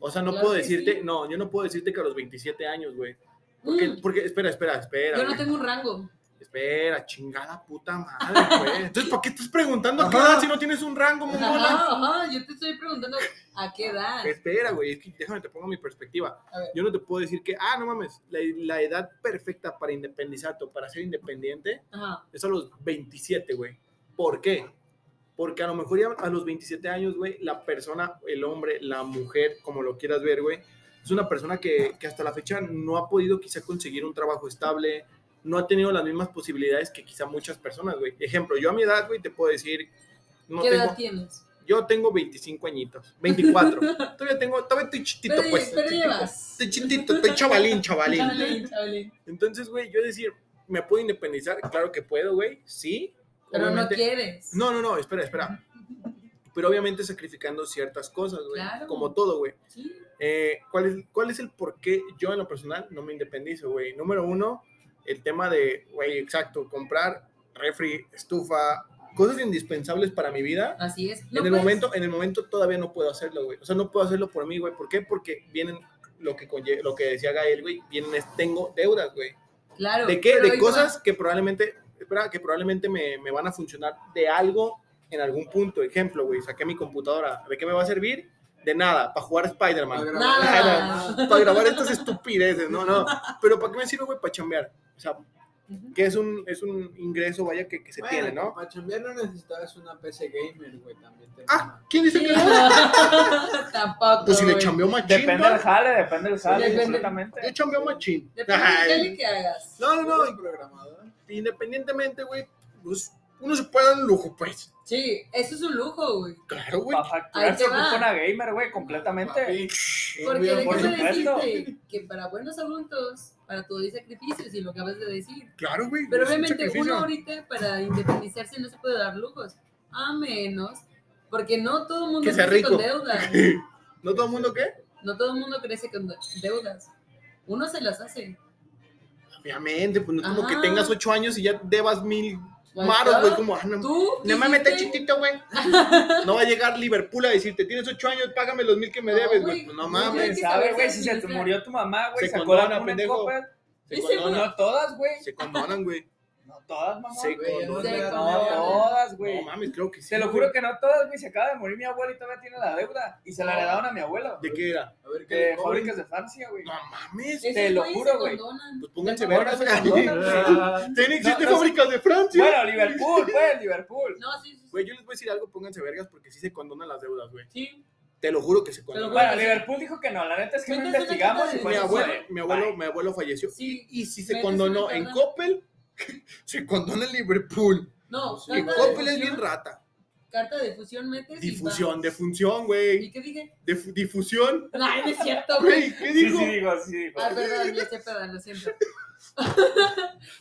O sea, no Claro puedo que decirte, sí. no, yo no puedo decirte que a los 27 años, güey. Porque, Mm, porque, espera, espera, espera. yo no güey. tengo un rango. Espera, chingada puta <laughs> madre, güey. Entonces, ¿para qué estás preguntando a qué Ajá. edad si no tienes un rango, mamona? Ajá, ajá, yo te estoy preguntando, ¿a qué edad? Espera, güey, es que déjame te pongo mi perspectiva. A ver. Yo no te puedo decir que, ah, no mames, la, la edad perfecta para independizarte o para ser independiente Ajá. es a los 27, güey. ¿Por qué? Porque a lo mejor ya a los 27 años, güey, la persona, el hombre, la mujer, como lo quieras ver, güey, es una persona que, que hasta la fecha no ha podido quizá conseguir un trabajo estable, no ha tenido las mismas posibilidades que quizá muchas personas, güey. Ejemplo, yo a mi edad, güey, te puedo decir, no ¿Qué tengo edad tienes? Yo tengo 25 añitos, 24. <laughs> todavía tengo, todavía estoy chitito, Pero, pues. pero estoy ya chiquito. vas. Estoy chitito, estoy chavalín, chavalín. Chavalín, chavalín. Entonces, güey, yo decir, ¿me puedo independizar? Claro que puedo, güey, sí. Pero no Obviamente- quieres. No, no, no, espera, espera. Pero obviamente sacrificando ciertas cosas, güey. Claro. Como todo, güey. Sí. Eh, ¿cuál, es, ¿Cuál es el por qué yo en lo personal no me independizo, güey? Número uno, el tema de, güey, exacto, comprar refri, estufa, cosas indispensables para mi vida. Así es. en, el No puedes- momento, en el momento todavía no puedo hacerlo, güey. O sea, no puedo hacerlo por mí, güey. ¿Por qué? Porque vienen lo que, conlle- lo que decía Gael, güey, vienen, es- tengo deudas, güey. Claro. ¿De qué? pero De ahí cosas que probablemente, espera, que probablemente me, me van a funcionar de algo en algún punto. Ejemplo, güey, saqué mi computadora. ¿De qué me va a servir? De nada, para jugar Spider-Man. <laughs> Para va. grabar. Nada. para grabar estas estupideces, no, no. Pero ¿para qué me sirve, güey? Para chambear. O sea, Ujú. pues, que es un, es un ingreso, vaya, que, que se Bueno, tiene, ¿no? Para chambear no necesitabas una PC gamer, güey, también te Ah, ¿quién dice Sí. que no? <laughs> Tampoco. Pues si le güey. chambeó machín, Depende del ¿no? jale, depende del jale, Depende. Yo completamente. chambeo machín. Depende Ay. del jale que hagas. No, no, ¿Eres no. programador? Independientemente, güey, pues uno se puede dar un lujo, pues. Sí, eso es un lujo, güey. Claro, güey. Para Ahí te facturarse va. ocupa una gamer, güey, completamente. Papi, Porque de por qué me supuesto. dijiste que para buenos adultos, para todo hay sacrificios y lo acabas de decir. Claro, güey. Pero es un obviamente sacrificio. uno ahorita para independizarse no se puede dar lujos, a menos porque no todo el mundo Que sea crece con rico. <laughs> deudas, ¿No todo el mundo qué? no todo el mundo crece con de- deudas. Uno se las hace. Obviamente, pues no es como Ajá. que tengas ocho años y ya debas mil Pues, maros, güey, claro, como, ah, no Tú No mames, está dijiste- chiquito, güey. No va a llegar Liverpool a decirte, tienes ocho años, págame los mil que me No, debes, güey. güey. Pues no No, mames. que ¿Sabe, saber güey? Si se te administrar. murió tu mamá, güey, Se sacó la condona, cuna en pendejo. copas. Se Ese condonan, No todas, güey. se condonan, güey. No todas, mamá. Se güey, ya no condonan. te Se da No nada. todas, güey. No mames, creo que sí. Te lo güey. juro que no todas, güey. Se acaba de morir mi abuela y todavía tiene la deuda. Y se la heredaron a mi abuelo. ¿De qué era? A ver qué De le cobran. fábricas de Francia, güey. No mames. Esos Te lo güeyes juro, se güey. condonan. Pues pónganse No, vergas. no, güey. no, no, <laughs> no. Tienen siete No, no, fábricas de Francia. Bueno, Liverpool, pues, Liverpool. No, sí, sí, sí. Güey, yo les voy a decir algo, pónganse vergas porque sí se condonan las deudas, güey. Sí. Te lo juro que se Te lo condonan. juro. Bueno, Liverpool dijo que no. La neta es que no Métese en la investigamos cara y de fue Mi Pues, eso, abuelo, güey. mi abuelo, Bye. mi abuelo falleció. Sí. Y si se Metes condonó una en carga. Coppel, <laughs> se condona en Liverpool. No, Y carta de Coppel es bien fusión, rata. Carta de fusión metes y Difusión, vas. defunción, güey. ¿Y qué dije? De difusión. No, no es cierto, güey. Güey, ¿qué Sí, dijo? sí, digo, sí, digo. Ah, perdón, yo estoy perdón, lo siento.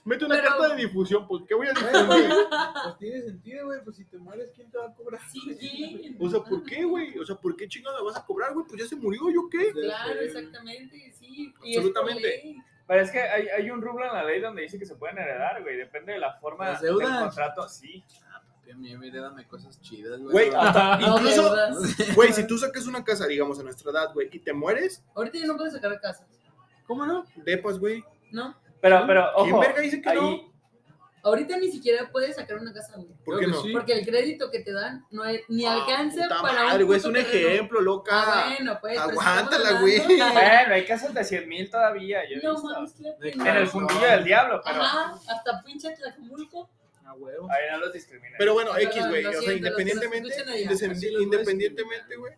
Mete una Pero- carta de difusión, pues ¿qué voy a Bueno, difundir? güey, Pues tiene sentido, güey. Pues si te mueres, ¿quién te va a cobrar? <laughs> Sí, ¿quién? O sea, ¿por qué, güey? O sea, ¿por qué chingada vas a cobrar, güey? Pues ya se murió, ¿yo qué? Claro, Sí. exactamente, sí. Y es por Absolutamente. ley. Pero es que hay, hay un rubro en la ley donde dice que se pueden heredar, güey. Depende de la forma Las del deudas. contrato, sí. Papi, a mí me dame cosas <laughs> chidas, Güey, ah. <laughs> hasta- No, incluso, deudas. güey, si tú sacas una casa, digamos, a nuestra edad, güey, y te mueres, Ahorita ya no puedes sacar casas, ¿cómo no? Depas, güey. ¿no? Pero, pero, ¿Quién ojo. verga dice que ahí- no? Ahorita ni siquiera puedes sacar una casa, güey. ¿Por Creo qué que no? sí. Porque el crédito que te dan no hay- ni Ah, alcanza puta para. madre, güey, es un puto terreno. ejemplo, Ah, loca. bueno, pues. pero Aguántala, estamos güey. hablando- <laughs> Bueno, hay casas de 100 mil todavía. Yo he No visto. mames, claro que En no. En el fundillo del diablo, pero Ajá, hasta pinche Tlacomulco. A huevo. ahí no los discrimina. Pero bueno, Perdón, X, güey. lo O sea, siento, los que nos independientemente, escuchan allá. indecen- Así los voy a independientemente, güey.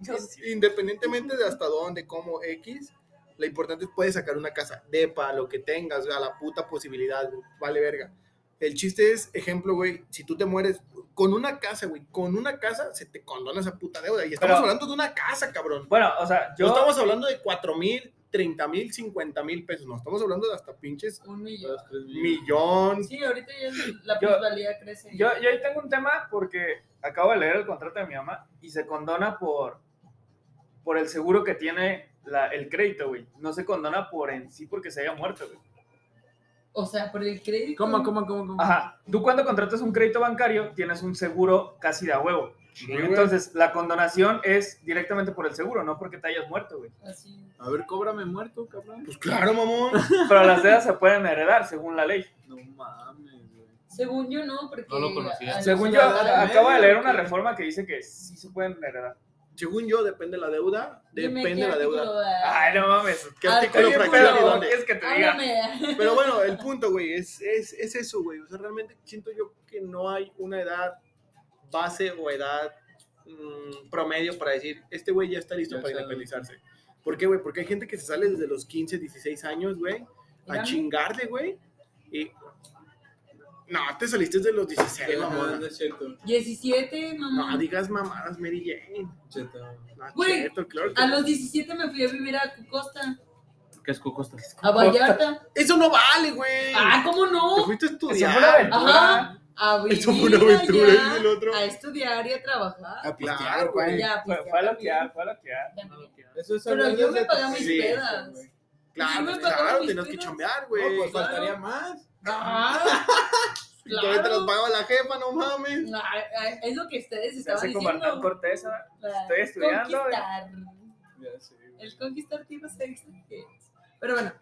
Yo sí. Independientemente de hasta dónde, cómo, X, lo importante es puedes sacar una casa, depa, lo que tengas, a la puta posibilidad, güey, vale verga. El chiste es, ejemplo, güey, si tú te mueres con una casa, güey, con una casa se te condona esa puta deuda. Y estamos Pero- hablando de una casa, cabrón. Bueno, o sea, yo. No estamos hablando de 4 mil, 30 mil, 50 mil pesos. No, estamos hablando de hasta pinches Un millón. Dos, tres mil. millón. Sí, ahorita ya la Yo- plusvalía crece. Yo, yo ahí tengo un tema porque acabo de leer el contrato de mi mamá y se condona por, por el seguro que tiene la- el crédito, güey. No se condona por en sí porque se haya muerto, güey. O sea, por el crédito. ¿Cómo, cómo, cómo, cómo? Ajá. Tú cuando contratas un crédito bancario tienes un seguro casi de a huevo. güey. Entonces, la condonación es directamente por el seguro, no porque te hayas muerto, güey. Así. A ver, cóbrame muerto, cabrón. Pues claro, mamón. Pero las deudas se pueden heredar según la ley. No mames, güey. Según yo no, porque. No lo conocía. a los Según yo, ah, ciudadanos- a- acabo de leer medio, una ¿qué? reforma que dice que sí se pueden heredar. Según yo, depende la deuda. Dime Depende qué la deuda. artículo, ah, Ay, no mames. ¿Qué Ah, artículo Oye, Pero fraccionario y pero, dónde? ¿quieres que te Ah, diga? Háblame. <laughs> Pero bueno, el punto, güey, es, es, es eso, güey. O sea, realmente siento yo que no hay una edad base o edad mm, promedio para decir, este güey ya está listo Ya para está. independizarse. ¿Por qué, güey? Porque hay gente que se sale desde los 15, 16 años, güey, a Mira, chingarle, güey. Y No, te saliste de los 16, No, mamón. no es cierto. 17, mamá. No digas mamadas, Mary Jane. Cheto. No, Güey, cheto, claro que- A los 17 me fui a vivir a Cucosta, ¿Qué es Cocosta? a Vallarta. Eso no vale, güey. Ah, ¿cómo Te no? fuiste a Eso fue una estudiar. aventura. Ajá. A vivir Eso fue una aventura, allá, dice el otro. a estudiar y a trabajar. A pistear, pues, Claro, güey. Ya, pues, Fue, fue a loquear, fue a loquear. Ya me- Eso es Pero hablar yo desde me pagaba tu- mis Sí, pedas. güey. Claro, Yo me pagaba claro, mis tenías que pedas. chambear, No, güey. pues claro. faltaría más. Ah, Y todavía te las claro. pagaba la jefa, no mames. Ah, ah, Es lo que ustedes Se estaban hace como Hernán diciendo. Cortés, ¿ah? La- Estoy estudiando. Conquistar. Ya sé, güey. El conquistar tiene sexo. Pero bueno.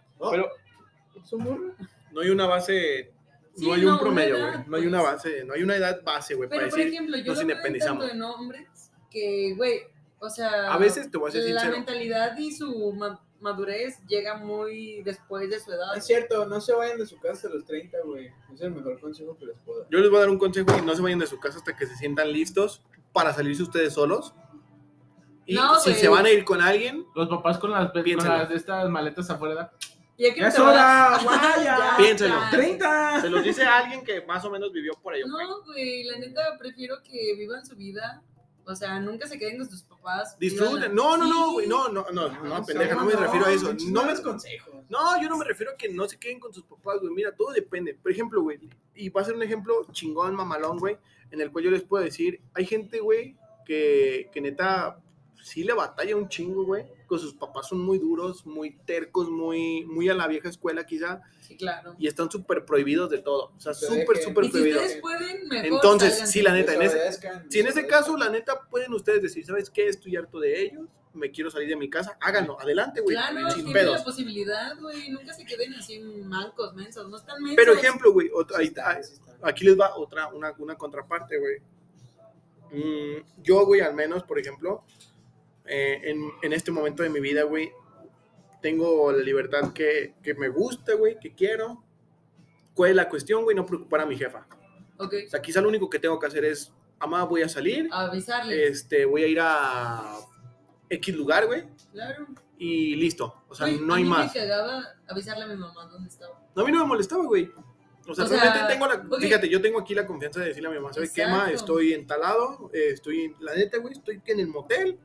No hay una base, Sí, no hay un una promedio, edad, güey. No hay una pues. base, no hay una edad base, güey, para Pero por decir. ejemplo, yo nos lo veo en independizamos. tanto en hombres que, güey, o sea... A veces te voy a ser La sincero. mentalidad y su ma- madurez llega muy después de su edad. Es cierto, no se vayan de su casa a los 30, güey. Es el mejor consejo que les puedo dar. Yo les voy a dar un consejo y no se vayan de su casa hasta que se sientan listos para salirse ustedes solos. Y No, si güey. se van a ir con alguien, Los papás con las, con Piénsalo. las de estas maletas afuera. Y aquí ¡Ya es te vas- hora! Ya, ¡Vaya! piénselo. ya. ¡30! se los dice a alguien que más o menos vivió por ello. No, güey, la neta prefiero que vivan su vida. O sea, nunca se queden con sus papás. Disfruten. vivan- No, no, no, Sí. güey. No, no, no, no, No, pendeja, no, no me no, refiero a eso. pinches No me malos consejos. No, yo no me refiero a que no se queden con sus papás, güey. Mira, todo depende. Por ejemplo, güey, y va a ser un ejemplo chingón, mamalón, güey, en el cual yo les puedo decir, hay gente, güey, que, que neta sí le batalla un chingo, güey. Con sus papás son muy duros, muy tercos, muy, muy a la vieja escuela quizá, Sí, claro. y están súper prohibidos de todo. O sea, Se súper, dejen. súper Y si prohibidos. ustedes pueden, mejor. Entonces, salgan. sí, la neta, en ese, Desobedezcan, si en ese desobedezcan. caso, la neta, pueden ustedes decir, ¿sabes qué? Estoy harto de ellos, me quiero salir de mi casa, háganlo, adelante, güey, Claro, pues, sin tienen pedos. la posibilidad, güey. Nunca se queden así mancos, mensos. No están mensos. Pero ejemplo, güey, otra- Sí ahí- está, sí está. aquí les va otra, una, una contraparte, güey. Mm, yo, güey, al menos, por ejemplo, eh, en, en este momento de mi vida, güey, tengo la libertad que, que me gusta, güey, que quiero. ¿Cuál es la cuestión, güey? No preocupar a mi jefa. Ok, O sea, quizá lo único que tengo que hacer es, mamá, voy a salir, avisarles. este, voy a ir a X lugar, güey, claro. y listo. O sea, Güey, no a hay mí más. Me cagaba avisarle a mi mamá dónde estaba. No, a mí no me molestaba, güey. O sea, O sea, realmente tengo la... ok. Fíjate, yo tengo aquí la confianza de decirle a mi mamá, ¿sabes qué, ma? Exacto. Estoy entalado, eh, estoy... en- La neta, güey, estoy en el motel.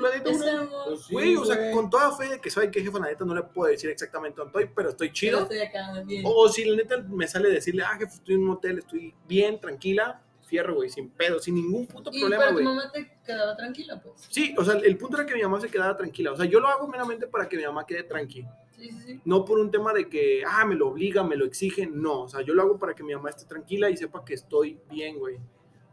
La neta, Ese güey. amor, Pues sí, Güey, o sea, con toda fe de que sabe que jefa, la neta, no le puedo decir exactamente dónde estoy, pero estoy pero chido. Oh, Estoy acá bien. O si la neta me sale decirle, ah, jefe, estoy en un motel, estoy bien, tranquila, fierro, güey, sin pedo, sin ningún puto y problema, pero tu güey. mamá te quedaba tranquila, pues. Sí, o sea, el punto era que mi mamá se quedara tranquila. O sea, yo lo hago meramente para que mi mamá quede tranquila. Sí, sí, sí. No por un tema de que, ah, me lo obliga, me lo exige, no. O sea, yo lo hago para que mi mamá esté tranquila y sepa que estoy bien, güey.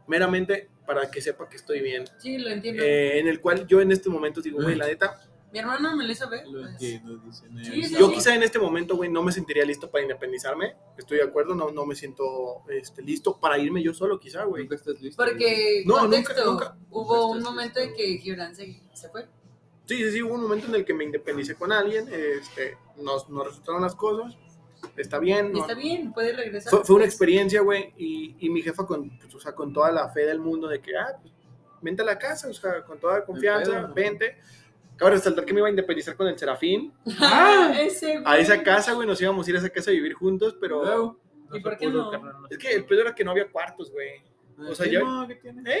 Meramente para que sepa que estoy bien. Sí, lo entiendo. Eh, en el cual yo en este momento digo, güey, la neta, Mi hermana me lo hizo ver. Lo pues. entiendo, dicen Sí, ellos. sí, yo quizá en este momento, güey, no me sentiría listo para independizarme. Estoy de acuerdo, no, no me siento este, listo para irme yo solo, quizá, güey. Nunca estás listo. güey. Porque, No, contexto, nunca, nunca. hubo Esto un es momento en esto. que Gibran se, se fue. Sí, sí, sí, hubo un momento en el que me independicé con alguien, este, nos, nos resultaron las cosas, está bien, Y no, está bien, puede regresar. Fue, fue una pues. experiencia, güey, y, y mi jefa con, pues, o sea, con toda la fe del mundo de que, ah, pues, vente a la casa, o sea, con toda confianza, pedo, ¿no? vente. Cabe resaltar que me iba a independizar con el Serafín. <laughs> Ah, ese A güey. esa casa, güey, nos íbamos a ir a esa casa a vivir juntos, pero Luego, ¿Y por qué no? es que el pedo era que no había cuartos, güey. O sea, ya- ¿Eh? no, ¿qué tiene?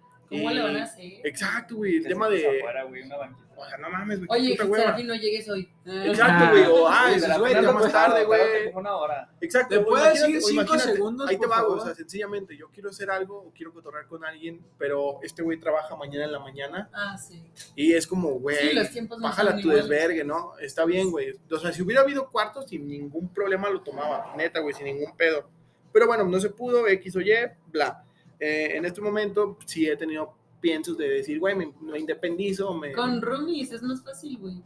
¿Cómo y- le van a hacer? Exacto, güey, el Te tema sientas de... afuera, güey, una banquita. O sea, no mames, güey, Oye, qué puta hueva. Serafín, no llegues hoy. Ah. Exacto, güey, o, Ah, ah, Güey, dices, de la güey, pena ya no más puedes tarde, tardarte güey. como una hora. Exacto. ¿Te o puedo imagínate- decir o cinco imagínate, segundos, Ahí te por va, güey, o favor? sea, sencillamente, yo quiero hacer algo o quiero cotorrear con alguien, pero este güey trabaja mañana en la mañana Ah, sí. y es como, Sí, güey, los tiempos no bájala son tu iguales. desvergue, ¿no? Está bien, güey. O sea, si hubiera habido cuartos, sin ningún problema lo tomaba, neta, güey, sin ningún pedo. Pero bueno, no se pudo, X o Y, bla. Eh, en este momento sí he tenido piensos de decir, güey, me, me independizo, me... Con roomies es más fácil, güey.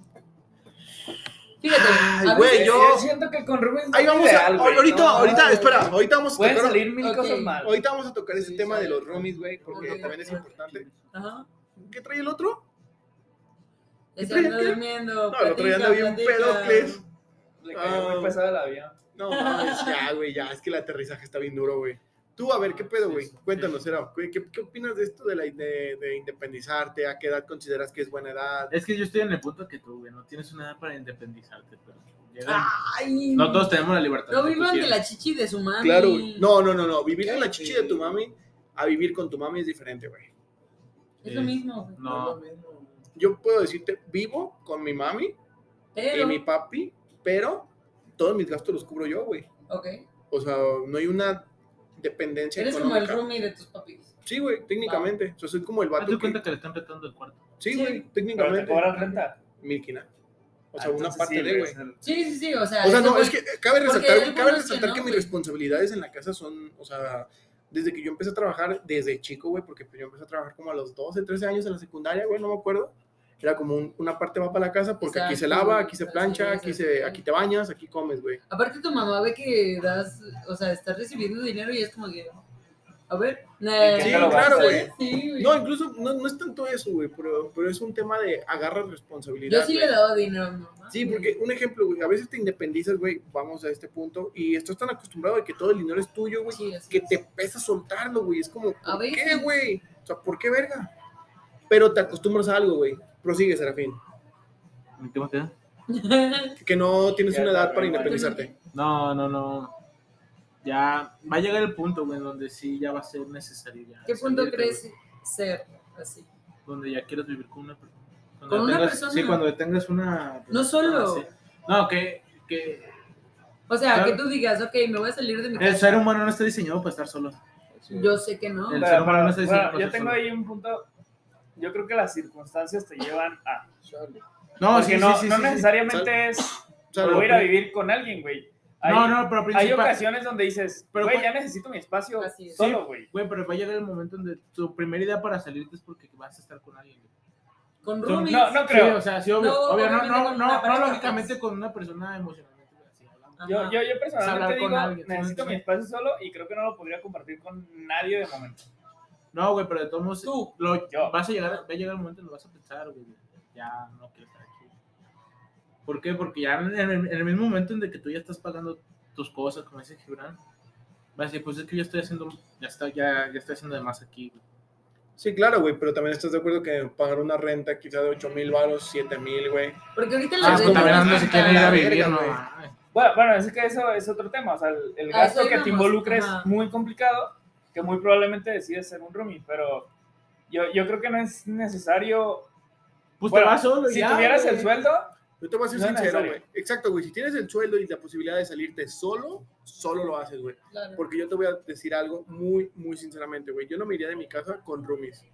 Fíjate, Ay, a güey, eh, veces- yo- siento que con Rubens Ahí no vamos es a, ideal, güey. ahorita, No, ahorita, no, espera, ahorita vamos a Pueden tocar, salir mil Ok. cosas mal. ahorita vamos a tocar ese Sí, tema de sale. los roomies, güey, porque Ok. también es importante. Ajá. ¿Qué trae el otro? Ya se traía anda qué? durmiendo. No, el otro día platica, anda bien platica. pedocles. Le cayó Ah. muy pesado el avión. No, mames, ya, güey, ya, es que el aterrizaje está bien duro, güey. Tú, a ver, ¿qué pedo, güey? Cuéntanos, Era, ¿qué, qué, qué opinas de esto de, la, de, de independizarte? ¿A qué edad consideras que es buena edad? Es que yo estoy en el punto que tú, güey. No tienes una edad para independizarte, pero llegan- Ah. Ay. No todos tenemos la libertad. No que tú vivan de quieras. la chichi de su mami. Claro, güey. No, no, no, no. Vivir con la Cállate. chichi de tu mami a vivir con tu mami es diferente, güey. Es lo mismo, güey. No, Yo puedo decirte, vivo con mi mami y Pero, mi papi, pero todos mis gastos los cubro yo, güey. ok. O sea, no hay una dependencia Eres como el económica. roomie de tus papis. sí, güey, técnicamente. O sea, soy como el Haz vato de que... cuenta que le están retando el cuarto. Sí, Sí. güey, Pero te técnicamente. cobran renta. Milquina. O sea, Ah, una entonces parte sí, de, güey. es el- Sí, sí, sí, o sea. O sea, Ah, eso no, fue- es que eh, cabe Porque resaltar, hay güey, cabe algunos que resaltar no, que mis güey. responsabilidades en la casa son, o sea, desde que yo empecé a trabajar, desde chico, güey, porque pues yo empecé a trabajar como a los 12, 13 años en la secundaria, güey, no me acuerdo. Era como un- una parte va para la casa porque aquí se Exacto, lava, güey, aquí se exacto, plancha, güey, aquí, se, exacto. aquí te bañas, aquí comes, güey. Aparte, tu mamá ve que das, o sea, estás recibiendo dinero y es como que. A ver. qué Sí, te lo claro, gastas? güey. Sí, güey. No, incluso no, no es tanto eso, güey, pero, pero es un tema de agarrar responsabilidad. Yo sí le güey. daba dinero a mi mamá. Sí, porque un ejemplo, güey, a veces te independizas, güey, vamos a este punto, y estás tan acostumbrado a que todo el dinero es tuyo, güey, Sí, así que es. te pesa soltarlo, güey. Es como, A ¿por qué, veces. güey? O sea, ¿por qué verga? Pero te acostumbras a algo, güey. Prosigue, Serafín. ¿En qué me quedé? <laughs> Que no tienes Ya una está, edad para güey, independizarte. No, no, no. Ya va a llegar el punto, güey, donde sí ya va a ser necesario. Ya, ¿Qué punto salirte, crees ser así? güey, Donde ya quieres vivir con una persona. Con una persona. Sí, cuando tengas una. No solo. sí. No, que, que O sea, Claro. que tú digas, ok, me voy a salir de mi el casa. ser humano no está diseñado para estar solo. Yo sé que no. El Pero, ser humano no pero, está diseñado bueno, para yo estar tengo solo. ahí un punto. Yo creo que las circunstancias te llevan a. Ah, No, porque Pues sí, no, sí, sí, sí, no sí. necesariamente Sal- es. O sea, me lo- voy a ir a vivir con alguien, güey. Hay, No, no, pero hay principal. ocasiones donde dices, Pero güey, cu- ya necesito mi espacio Así es. solo, güey. Güey, pero va a llegar el momento donde tu primera idea para salirte es porque vas a estar con alguien. güey. Con No, roomies. No, no creo. Sí, o sea, sí, obvio. No, obvio, no, obviamente no, con no, una no, pareja, lógicamente con una persona emocionalmente. güey, así hablando. Ajá. Yo, yo, yo hablar personalmente con digo, alguien, necesito sí. mi espacio solo y creo que no lo podría compartir con nadie de momento. No, güey, pero de todos modos, Tú. lo- Yo. vas a llegar, va a llegar el momento en que lo vas a pensar, güey. Ya no quiero estar aquí. ¿Por qué? Porque ya en el, en el mismo momento en el que tú ya estás pagando tus cosas, como dice Gibran, vas a decir, pues es que yo estoy haciendo, ya, está, ya, ya estoy haciendo de más aquí, güey. Sí, claro, güey, pero también estás de acuerdo que pagar una renta quizá de 8 mil varos, 7 mil, güey. Porque ahorita Ah, la es que también renta ando no si se está- quieren quiere ir a vivir, verga, no. güey. mames. Bueno, bueno, es que eso es otro tema. O sea, el, el A gasto eso que te íbamos, involucra ajá. es muy complicado, que muy probablemente decides ser un roomie, pero yo, yo creo que no es necesario. Pues Bueno, te vas solo, si ya, tuvieras güey. el sueldo, Yo te voy a ser No es sincero, güey. necesario. Exacto, güey. Si tienes el sueldo y la posibilidad de salirte solo, solo lo haces, güey. Claro. Porque yo te voy a decir algo muy, muy sinceramente, güey. Yo no me iría de mi casa con roomies.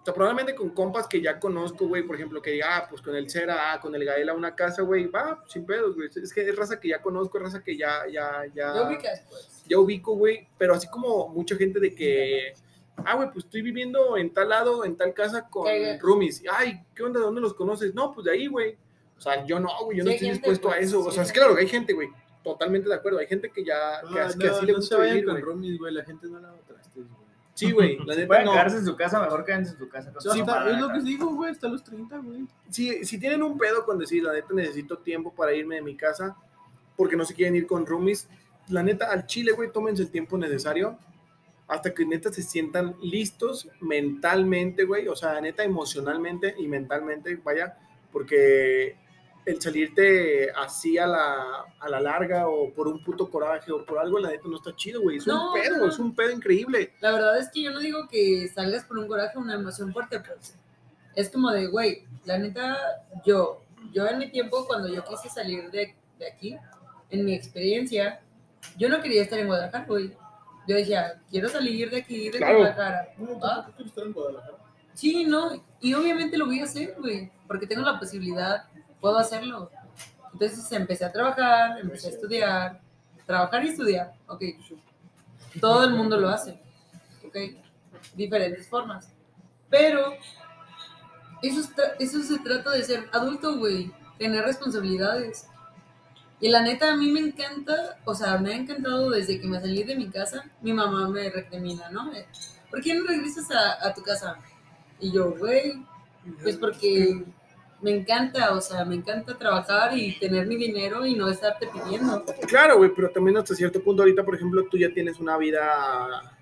O sea, probablemente con compas que ya conozco, güey. Por ejemplo, que diga, ah, pues con el Cera, ah, con el Gael a una casa, güey. Va, sin pedos, güey. Es que es raza que ya conozco, es raza que ya, ya, ya. Yo ubicas, pues. Ya ubico, güey. Pero así como mucha gente de que, ah, güey, pues estoy viviendo en tal lado, en tal casa con Que- roomies. Ay, ¿qué onda? ¿De dónde los conoces? No, pues de ahí, güey. O sea, yo no, güey, yo no Sí, hay estoy gente, dispuesto a pues, eso. o sí, sea, es sí. claro que hay gente, güey. Totalmente de acuerdo. Hay gente que ya, que, Ah, as- que no, así le no se gusta vayan vivir, con güey. roomies, güey. La gente no la trastes, güey. Sí, güey, <laughs> la neta pueden no. quedarse en su casa, mejor quédense en su casa. con su Sí, mamá, es lo ¿verdad? que digo, güey. Hasta los 30, güey. Si, si tienen un pedo con decir, la neta necesito tiempo para irme de mi casa porque no se quieren ir con roomies, la neta al chile, güey, tómense el tiempo necesario hasta que neta se sientan listos mentalmente, güey, o sea, neta emocionalmente y mentalmente, vaya, porque el salirte así a la, a la larga o por un puto coraje o por algo, la neta no está chido, güey, es No, un pedo, no. es un pedo increíble. La verdad es que yo no digo que salgas por un coraje o una emoción fuerte, pero sí. es como de, güey, la neta, yo, yo en mi tiempo, cuando yo quise salir de, de aquí, en mi experiencia, yo no quería estar en Guadalajara, güey. Yo decía, quiero salir de aquí, de Claro. Guadalajara. No, ¿Ah? tampoco quiero estar en Guadalajara. Sí, no, y obviamente lo voy a hacer, güey, porque tengo la posibilidad, puedo hacerlo. Entonces empecé a trabajar, empecé a estudiar, trabajar y estudiar, ok. Todo el mundo lo hace, ok. Diferentes formas. Pero eso, está- eso se trata de ser adulto, güey. tener responsabilidades. Y la neta, a mí me encanta, o sea, me ha encantado desde que me salí de mi casa, mi mamá me recrimina, ¿no? Eh, ¿Por qué no regresas a, a tu casa? Y yo, güey, pues porque me encanta, o sea, me encanta trabajar y tener mi dinero y no estarte pidiendo. Claro, güey, pero también hasta cierto punto ahorita, por ejemplo, tú ya tienes una vida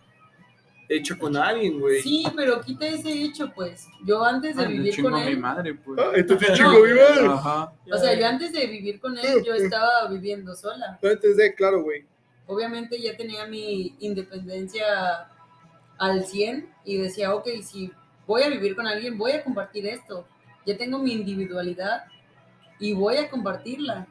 hecha con alguien, güey. Sí, pero quita ese hecho, pues. Yo antes de Ah, le vivir chingo con a mi él, madre, pues. Ah, Entonces, No. chico, Ah. viva. Ajá. o sea, yo antes de vivir con él, yo estaba viviendo sola. Antes de, claro, güey. obviamente ya tenía mi independencia al 100 y decía, ok, si voy a vivir con alguien, voy a compartir esto. Ya tengo mi individualidad y voy a compartirla,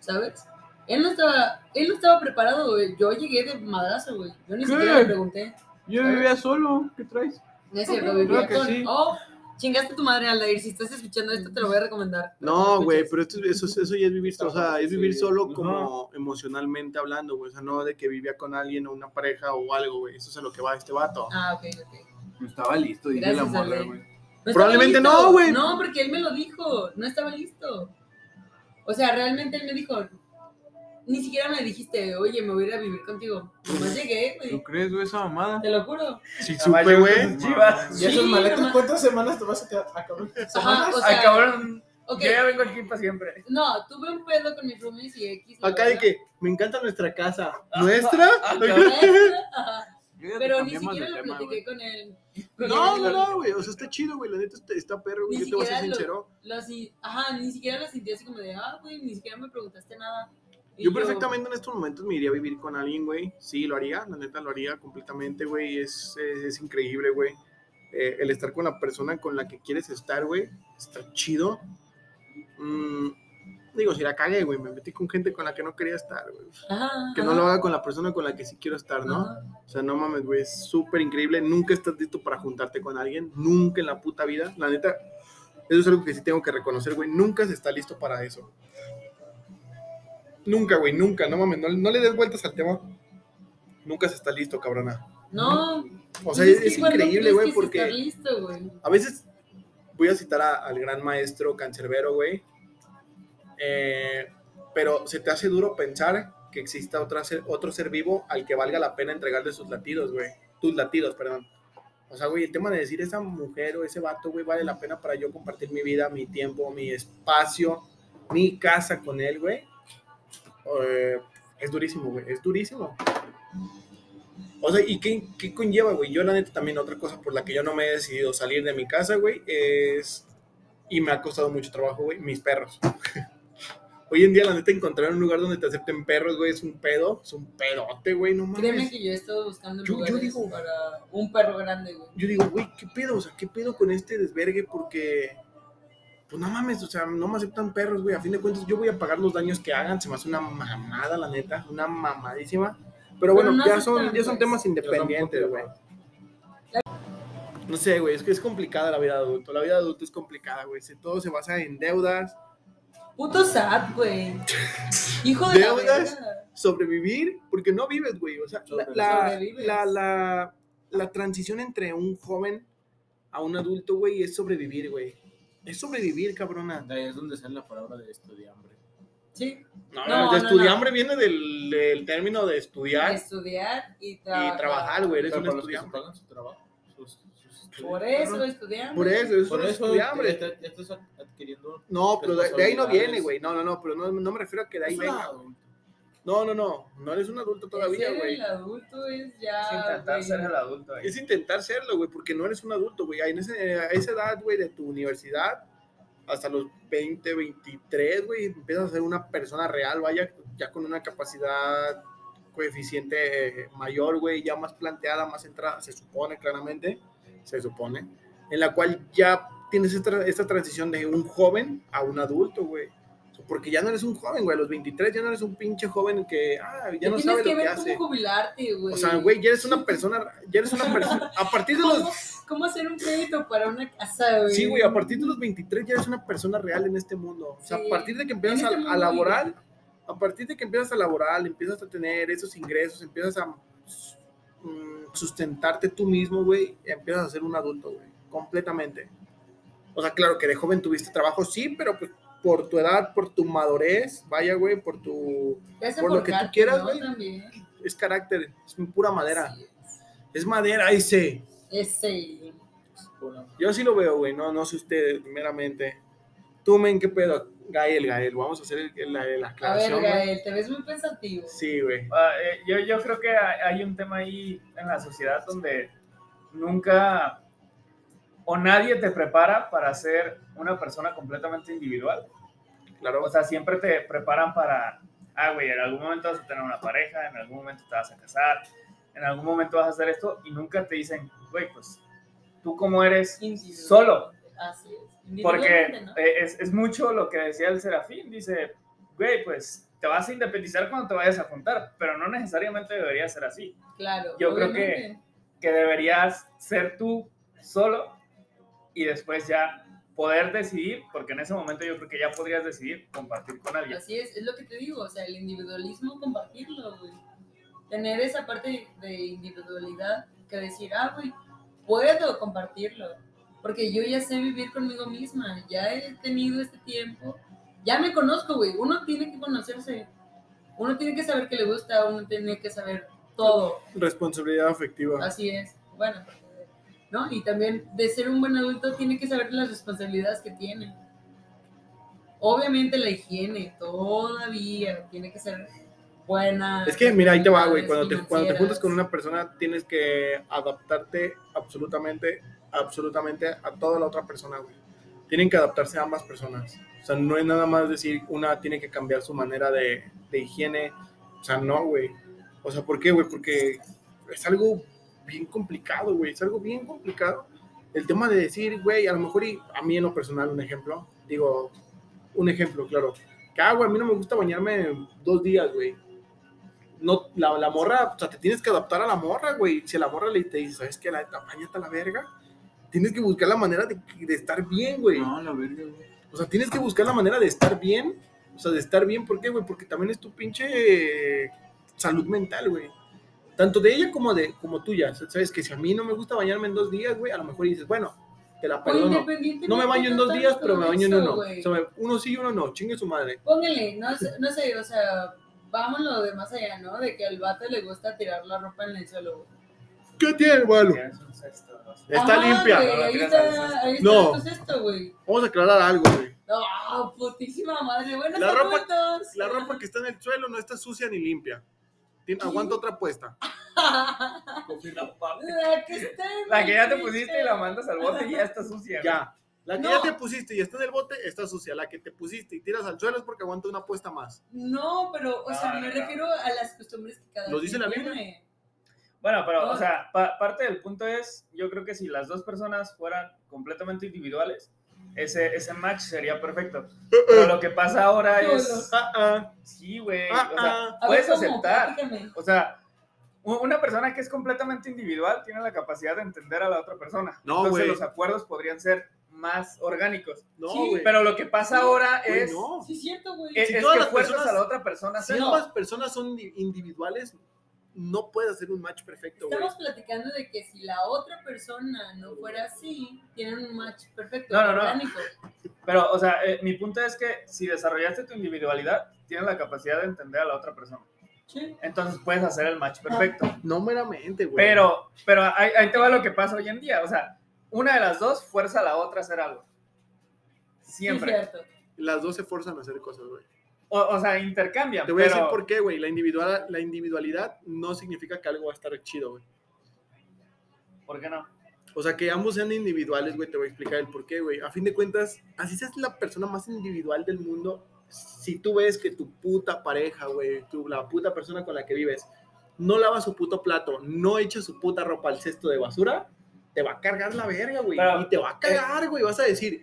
¿sabes? Él no estaba, él no estaba preparado, güey. Yo llegué de madrazo, güey. Yo ni ¿Qué? siquiera le pregunté. Yo vivía solo, ¿qué traes? No es cierto, vivía Claro que con... sí. Oh, chingaste a tu madre, Aldair. Si estás escuchando esto, te lo voy a recomendar. No, güey, pero esto- eso, eso ya es vivir, o sea, es vivir Sí. solo como emocionalmente hablando, güey. O sea, no de que vivía con alguien o una pareja o algo, güey. Eso es a lo que va este vato. Ah, ok, ok. No estaba listo, dice Gracias, la morra, Ale. güey. No estaba Probablemente listo. no, güey. No, porque él me lo dijo. No estaba listo. O sea, realmente él me dijo. Ni siquiera me dijiste, oye, me voy a ir a vivir contigo. Nomás llegué, ¿Tú güey. crees, güey, esa mamada? Te lo juro. Sí, Nada más supe, yo güey. con sus Chivas. ¿Y esas Sí, maletas nomás- cuántas semanas te vas a quedar? acabar? Ajá, o sea, Ay, cabrón. ok. Yo ya vengo aquí para siempre. No, tuve un pedo con mis roomies y X. la Acá de verdad. que me encanta nuestra casa. ¿Nuestra? <laughs> Ajá. Yo ya te Pero ni cambié más de siquiera lo tema, platiqué güey. con él. <laughs> No, <laughs> no, no, güey. O sea, está chido, güey. La neta está, está perro, güey. Ni Yo te voy a ser siquiera lo- sincero. Lo si- Ajá, ni siquiera lo sentí así como de, ah, güey, ni siquiera me preguntaste nada. Y Yo perfectamente en estos momentos me iría a vivir con alguien, güey. Sí, lo haría. La neta lo haría completamente, güey. Es, es, es increíble, güey. Eh, el estar con la persona con la que quieres estar, güey. Está chido. Mm, digo, si la cagué, güey. Me metí con gente con la que no quería estar, güey. Ajá, Que no ajá, lo haga con la persona con la que sí quiero estar, ¿no? ajá. O sea, no mames, güey, es súper increíble. Nunca estás listo para juntarte con alguien, nunca en la puta vida. La neta, eso es algo que sí tengo que reconocer, güey. Nunca se está listo para eso. Nunca, güey, nunca, no mames, no, no le des vueltas al tema. Nunca se está listo, cabrona. No, O sea, Pues es, que es cuando increíble, crees güey, que sí estás porque listo, güey. a veces voy a citar a- al gran maestro cancerbero, güey. Eh, pero se te hace duro pensar que exista otra ser- otro ser vivo al que valga la pena entregarle sus latidos, güey. Tus latidos, perdón. O sea, güey, el tema de decir esa mujer o ese vato, güey, vale la pena para yo compartir mi vida, mi tiempo, mi espacio, mi casa con él, güey. Eh, es durísimo, güey, es durísimo. O sea, ¿y qué, qué conlleva, güey? Yo, la neta, también otra cosa por la que yo no me he decidido salir de mi casa, güey, es. Y me ha costado mucho trabajo, güey, mis perros. <laughs> Hoy en día, la neta, encontrar un lugar donde te acepten perros, güey, es un pedo, es un pedote, güey, no mames Créeme que yo he estado buscando Yo- yo lugares digo- para un perro grande, güey. yo digo, güey, ¿qué pedo? O sea, ¿qué pedo con este desvergue? Porque, pues no mames, o sea, no me aceptan perros, güey. A fin de cuentas, yo voy a pagar los daños que hagan. Se me hace una mamada, la neta, una mamadísima. Pero Pero bueno, no ya, aceptan, son, ya son pues. temas independientes, güey. No sé, güey, es que es complicada la vida de adulto. La vida de adulto es complicada, güey. Se- Todo se basa en deudas, Puto sad, <laughs> güey. Hijo de la ¿Deudas? verga. sobrevivir, porque no vives, güey. O sea, la, la, Sobrevives. la- la- la transición entre un joven a un adulto, güey, es sobrevivir, güey. Es sobrevivir, cabrona. De ahí es donde sale la palabra de estudiambre. Sí. No, No, de no, estudiambre viene del, del término de estudiar Estudiar y trabajar. y trabajar, güey. Eres Pero un para los que se estudiambre. pagan su trabajo, sus- sus estudios. Por eso estudiar. Por eso, es Por un eso estudiambre. ya te- ya estás adquiriendo No, pero de, de ahí no Responsabilidades. viene, güey. No, no, no, pero no, no me refiero a que de ahí Es una- venga. No, no, no. No eres un adulto todavía, ser güey. el adulto es Es ya. intentar ser el güey. adulto. güey. Es intentar serlo, güey, porque no eres un adulto, güey. En ese- a esa edad, güey, de tu universidad, hasta los 20, 23, güey, empiezas a ser una persona real, vaya, ya con una capacidad coeficiente eh, mayor, güey, ya más planteada, más centrada, se supone claramente, se supone, en la cual ya tienes esta, esta transición de un joven a un adulto, güey. Porque ya no eres un joven, güey, a los 23 ya no eres un pinche joven que, ah, ya Te no tienes sabe lo que que ver hace. cómo jubilarte, güey. O sea, güey, ya eres una persona, ya eres una persona, a partir de los ¿Cómo, cómo hacer un crédito para una casa, güey? Sí, güey, a partir de los 23 ya eres una persona real en este mundo. O sea, Sí. a partir de que empiezas En a, este a mundo, laborar, a partir de que empiezas a laborar, empiezas a tener esos ingresos, empiezas a mm, sustentarte tú mismo, güey, y empiezas a ser un adulto, güey, completamente. O sea, claro que de joven tuviste trabajo, sí, pero pues por tu edad, por tu madurez, vaya, güey, por tu... Te hace Por lo que tú forjarte, quieras, ¿no? güey. También. Es carácter, es pura madera. Sí. Es madera, ese. Ese. Yo sí lo veo, güey, no, no sé ustedes, meramente. Tú, men, ¿qué pedo? Gael, Gael, vamos a hacer el- el- la, la A ver, aclaración. güey. Gael, te ves muy pensativo. Sí, güey. Ah, eh, yo, yo creo que hay hay un tema ahí en la sociedad donde nunca o nadie te prepara para ser una persona completamente individual. Claro, O sea, siempre te preparan para, ah, güey, en algún momento vas a tener una pareja, en algún momento te vas a casar, en algún momento vas a hacer esto y nunca te dicen, güey, pues tú cómo eres Individual. solo. Así es. Porque Individualmente, ¿no? eh, es, es mucho lo que decía el Serafín, dice, güey, pues te vas a independizar cuando te vayas a juntar, pero no necesariamente debería ser así Claro. yo creo que- obviamente. que deberías ser tú solo y después ya poder decidir, porque en ese momento yo creo que ya podrías decidir compartir con alguien. Así es, es lo que te digo, o sea, el individualismo, compartirlo, güey. Tener esa parte de individualidad que decir, ah, güey, puedo compartirlo, porque yo ya sé vivir conmigo misma, ya he tenido este tiempo, ya me conozco, güey, uno tiene que conocerse, uno tiene que saber qué le gusta, uno tiene que saber todo, responsabilidad afectiva. así es, bueno, ¿no? Y también de ser un buen adulto tiene que saber las responsabilidades que tiene. Obviamente la higiene todavía tiene que ser buena. Es que, mira, ahí te va, güey. Cuando te, responsabilidades cuando te juntas con financieras. una persona, tienes que adaptarte absolutamente, absolutamente a toda la otra persona, güey. Tienen que adaptarse a ambas personas. O sea, no es nada más decir una tiene que cambiar su manera de, de higiene. O sea, no, güey. O sea, ¿por qué, güey? Porque es algo bien complicado, güey. Es algo bien complicado. El tema de decir, güey, a lo mejor, y a mí en lo personal, un ejemplo, digo, un ejemplo, claro. Que, ah, güey, a mí no me gusta bañarme dos días, güey. No, la, la morra, o sea, te tienes que adaptar a la morra, güey. Si a la morra le te dice, ¿sabes qué? La neta, bañate a la verga. Tienes que buscar la manera de, de estar bien, güey. No, la verga, güey. O sea, tienes que buscar la manera de estar bien. O sea, de estar bien, ¿por qué, güey? Porque también es tu pinche eh, salud mental, güey. Tanto de ella como de como tuya. O sea, Sabes que si a mí no me gusta bañarme en dos días, güey, a lo mejor dices, bueno, te la O perdono. independientemente, No me baño en dos tanto días, pero me baño en eso, uno. güey. O sea, me- uno sí y uno no. Chingue su madre. Póngale, no, sé- no sé, o sea, vámonos de más allá, ¿no? De que al vato le gusta tirar la ropa en el suelo, güey. ¿Qué tiene, malo? Tienes un sexto, no sé. Está Ajá, limpia. güey, No la ahí tiras al está, cesto. ahí está No. tu cesto, güey. Vamos a aclarar algo, güey. No, putísima madre. Bueno, La son ropa- juntos. La ropa que está en el suelo no está sucia ni limpia. Tien- ¿Qué? aguanta otra apuesta. La que está en La que ya te el pusiste cesto. y la mandas al bote y ya está sucia. güey. Ya. La que No. ya te pusiste y está en el bote está sucia. La que te pusiste y tiras al suelo es porque aguanta una apuesta más. No, pero, o sea, No, me no, no. refiero a las costumbres que cada ¿Lo dice la Biblia? tiene. Bueno, pero, o No. sea, pa- parte del punto es, yo creo que si las dos personas fueran completamente individuales, ese, ese match sería perfecto. Pero lo que pasa ahora es... Ah, ah, Sí, güey. ah, O sea, ah. A Puedes ¿cómo? aceptar. Platícame. O sea, u- una persona que es completamente individual tiene la capacidad de entender a la otra persona. No, Entonces güey. los acuerdos podrían ser más orgánicos. No, Sí, güey. Pero lo que pasa ahora Güey, es, no. Sí, es cierto, güey. es, Si es todas que las fuerzas personas- a la otra persona. a Si hacerlo. ambas personas son indi- individuales, no puedes hacer un match perfecto, güey. Estamos platicando de que si la otra persona no fuera así, tienen un match perfecto. No, no, no. orgánico. Pero, o sea, eh, mi punto es que si desarrollaste tu individualidad, tienes la capacidad de entender a la otra persona. Sí. Entonces puedes hacer el Ah, match perfecto. No meramente, güey. Pero, pero ahí, ahí te va lo que pasa hoy en día. O sea, una de las dos fuerza a la otra a hacer algo. Sí, es Siempre. cierto. Las dos se forzan a hacer cosas, güey. O, o sea, intercambian. Te voy pero... a decir por qué, güey. La, individual, la individualidad no significa que algo va a estar chido, güey. ¿Por qué no? O sea, que ambos sean individuales, güey, te voy a explicar el por qué, güey. A fin de cuentas, así seas la persona más individual del mundo, si tú ves que tu puta pareja, güey, tu, la puta persona con la que vives, no lava su puto plato, no echa su puta ropa al cesto de basura, te va a cargar la verga, güey. Pero, y te va a cagar, güey. Vas a decir,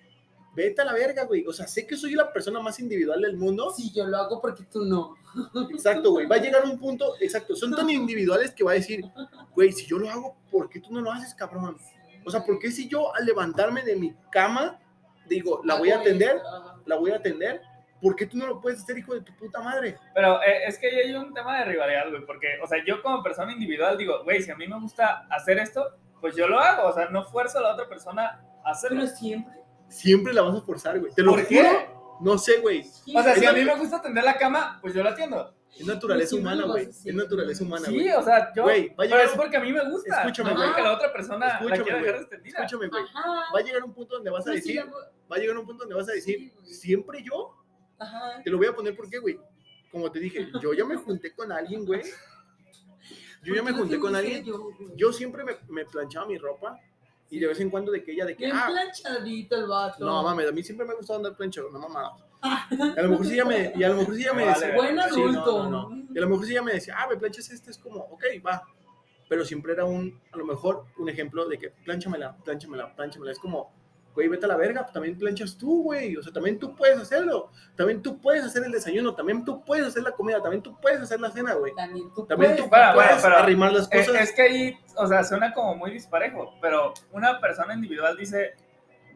vete a la verga, güey. O sea, sé que soy la persona más individual del mundo, Si yo lo hago porque tú no. Exacto, güey. Va a llegar un punto, exacto. Son tan individuales que va a decir, güey, si yo lo hago, ¿por qué tú no lo haces, cabrón? O sea, ¿por qué si yo al levantarme de mi cama digo, la voy a Hago atender, esto, ajá. la voy a atender? ¿Por qué tú no lo puedes hacer, hijo de tu puta madre? Pero eh, es que ahí hay un tema de rivalidad, güey, porque, o sea, yo como persona individual digo, güey, si a mí me gusta hacer esto, pues yo lo hago, o sea, no fuerzo a la otra persona a hacerlo. Pero siempre. Siempre la vas a forzar, güey. Te lo ¿Por juro. qué? No sé, güey. O sea, si a mí me gusta tender la cama, pues yo la tiendo. Es naturaleza Sí, humana, no, güey. sí. Es naturaleza humana, güey. Sí, o sea, yo. Güey, va a pero llegar es un- porque a mí me gusta. Escúchame, no güey. porque la otra persona la Escúchame, quiera güey. dejar extendida. Escúchame, güey. Ajá. Va a llegar un punto donde vas a Pero sí decir, la vo- va a llegar un punto donde vas a Sí, decir, güey. siempre yo, Ajá. te lo voy a poner porque, güey. Como te dije, yo ya me junté con alguien, güey. Yo ya me ¿Por junté qué no con te alguien. gusta Yo, güey? Yo siempre me, me planchaba mi ropa y de vez en cuando de que ella, de que, Bien ah, planchadito el vato. no mames, a mí siempre me ha gustado andar planchado, no mamada. <laughs> Y a lo mejor sí ya me, y a lo mejor sí ya me Vale, decía, Buen sí, no, adulto. no, no. Y a lo mejor sí ya me decía, ah, me planchas este, es como, ok, va. Pero siempre era un, a lo mejor, un ejemplo de que planchamela, planchamela, planchamela. Es como, güey, vete a la verga, pues, también planchas tú, güey. O sea, también tú puedes hacerlo. También tú puedes hacer el desayuno, también tú puedes hacer la comida, también tú puedes hacer la cena, güey. También tú También puedes. tú para, puedes bueno, pero- arrimar las Es, cosas. Eh, es que ahí, o sea, suena como muy disparejo, pero una persona individual dice,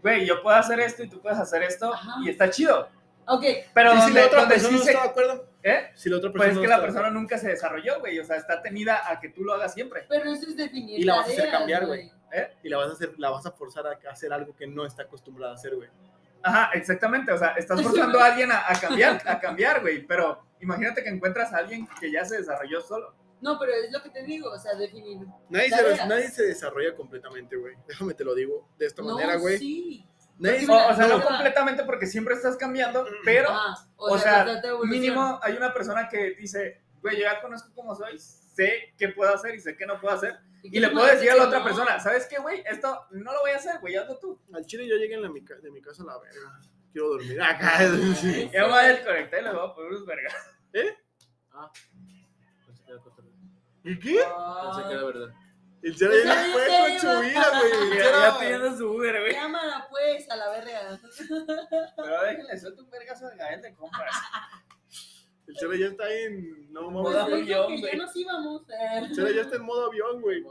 güey, yo puedo hacer esto y tú puedes hacer esto Ajá. y está chido. Ok, Pero ¿Y si donde, la otra donde persona sí no se- está de acuerdo? ¿eh? Si la otra persona Pues es no que la está- persona nunca se desarrolló, güey, o sea, está tenida a que tú lo hagas siempre. pero eso es definir. Y la vas a hacer tareas, cambiar, güey. Y la vas, a hacer, la vas a forzar a hacer algo que no está acostumbrada a hacer, güey. Ajá, exactamente, o sea, estás forzando a alguien a, <laughs> a cambiar, a cambiar, güey, pero imagínate que encuentras a alguien que ya se desarrolló solo. No, pero es lo que te digo, o sea, definir. Nadie se, Tareas. nadie se desarrolla completamente, güey. <laughs> Déjame te lo digo de esta No, manera, güey. sí. Mm, Nadie O, o sea, no No. completamente porque siempre estás cambiando, pero Ajá, o sea, trata de Ah, evolución. mínimo hay una persona que dice, güey, yo ya conozco cómo soy, sé qué puedo hacer y sé qué no puedo hacer. Y le tú puedo puedes decir a la que otra no. persona, ¿sabes qué, güey? Esto no lo voy a hacer, güey, hazlo tú. Al chile yo llegué en la mi ca- de mi casa a la verga. Quiero dormir acá. sí. Ya me voy a desconectar y le voy a poner unos vergas. Pensé que era cotorreo. ¿Y qué? Pensé que era Ay, verdad. El Chara ya Ay, no fue en con su serio. vida, güey. El Ya, ya Chara- pidiendo su Uber, güey. Llámala pues a la verga. Pero déjenle, suelta un vergazo al Gael de <laughs> compras. El Chara ya está en. No Pues Modo mames. yo güey. creo que avión, ya güey. nos íbamos. eh. El Chara ya está en modo avión, güey.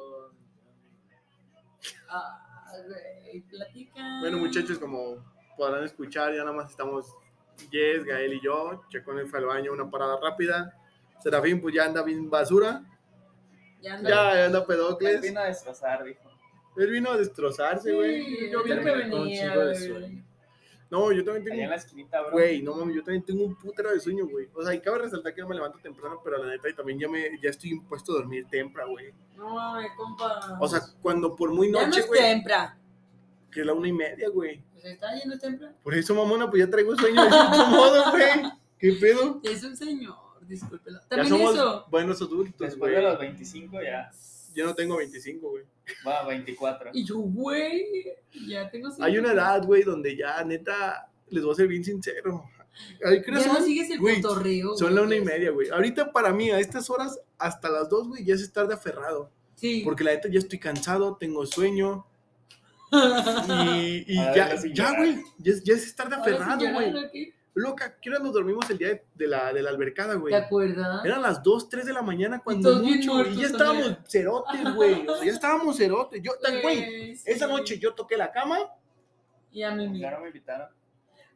Ah, güey, platica. Bueno, muchachos, como podrán escuchar, ya nada más estamos Jess, Gael y yo. Chacón fue al baño, una parada rápida. Serafín, pues ya anda bien basura. Ya anda. Ya anda Les pedocles. vino a destrozar, dijo. Él vino a destrozarse, Sí, güey. yo Yo creo bien que Terminé con un venía. chingo de güey. sueño. No, yo también Allá en tengo. la esquinita, bro. Güey, no mames, yo también tengo un putero de sueño, güey. O sea, y cabe resaltar que no me levanto temprano, pero la neta, y también ya, me, ya estoy impuesto a dormir temprano, güey. No mames, compa. O sea, cuando por muy ya no noche, es güey, tempra. que es la una y media, güey. Pues está yendo tempra. Por eso, mamona, pues ya traigo sueño <laughs> de cierto modo, güey. ¿Qué pedo? Es un señor, discúlpelo. Ya También somos eso. buenos adultos, Después güey. de los 25 ya. Yo no tengo 25, güey. Va, 24. Y yo, güey, ya tengo sueño. Hay una edad, güey, donde ya, neta, les voy a ser bien sincero. Ahí creo Ya no son- sigues el güey, cotorreo. Son la una güey. y media, güey. Ahorita para mí, a estas horas, hasta las dos, güey, ya es tarde aferrado. Sí. Porque la neta ya estoy cansado, tengo sueño. <laughs> Y, y A ver, ya, la sin ya, llorar. güey. Ya, es- ya es estar de Ahora sí, aferrado, ya güey. no aquí. Loca, ¿qué hora nos dormimos el día de, de la, de la albercada, güey? ¿Te acuerdas? Eran las 2, 3 de la mañana cuando todos bien mucho, muertos y ya todavía. estábamos cerotes, güey. <laughs> O sea, ya estábamos cerotes. Yo, tan, güey, sí. esa noche yo toqué la cama, Pues, Y a mí, Ya no me invitaron.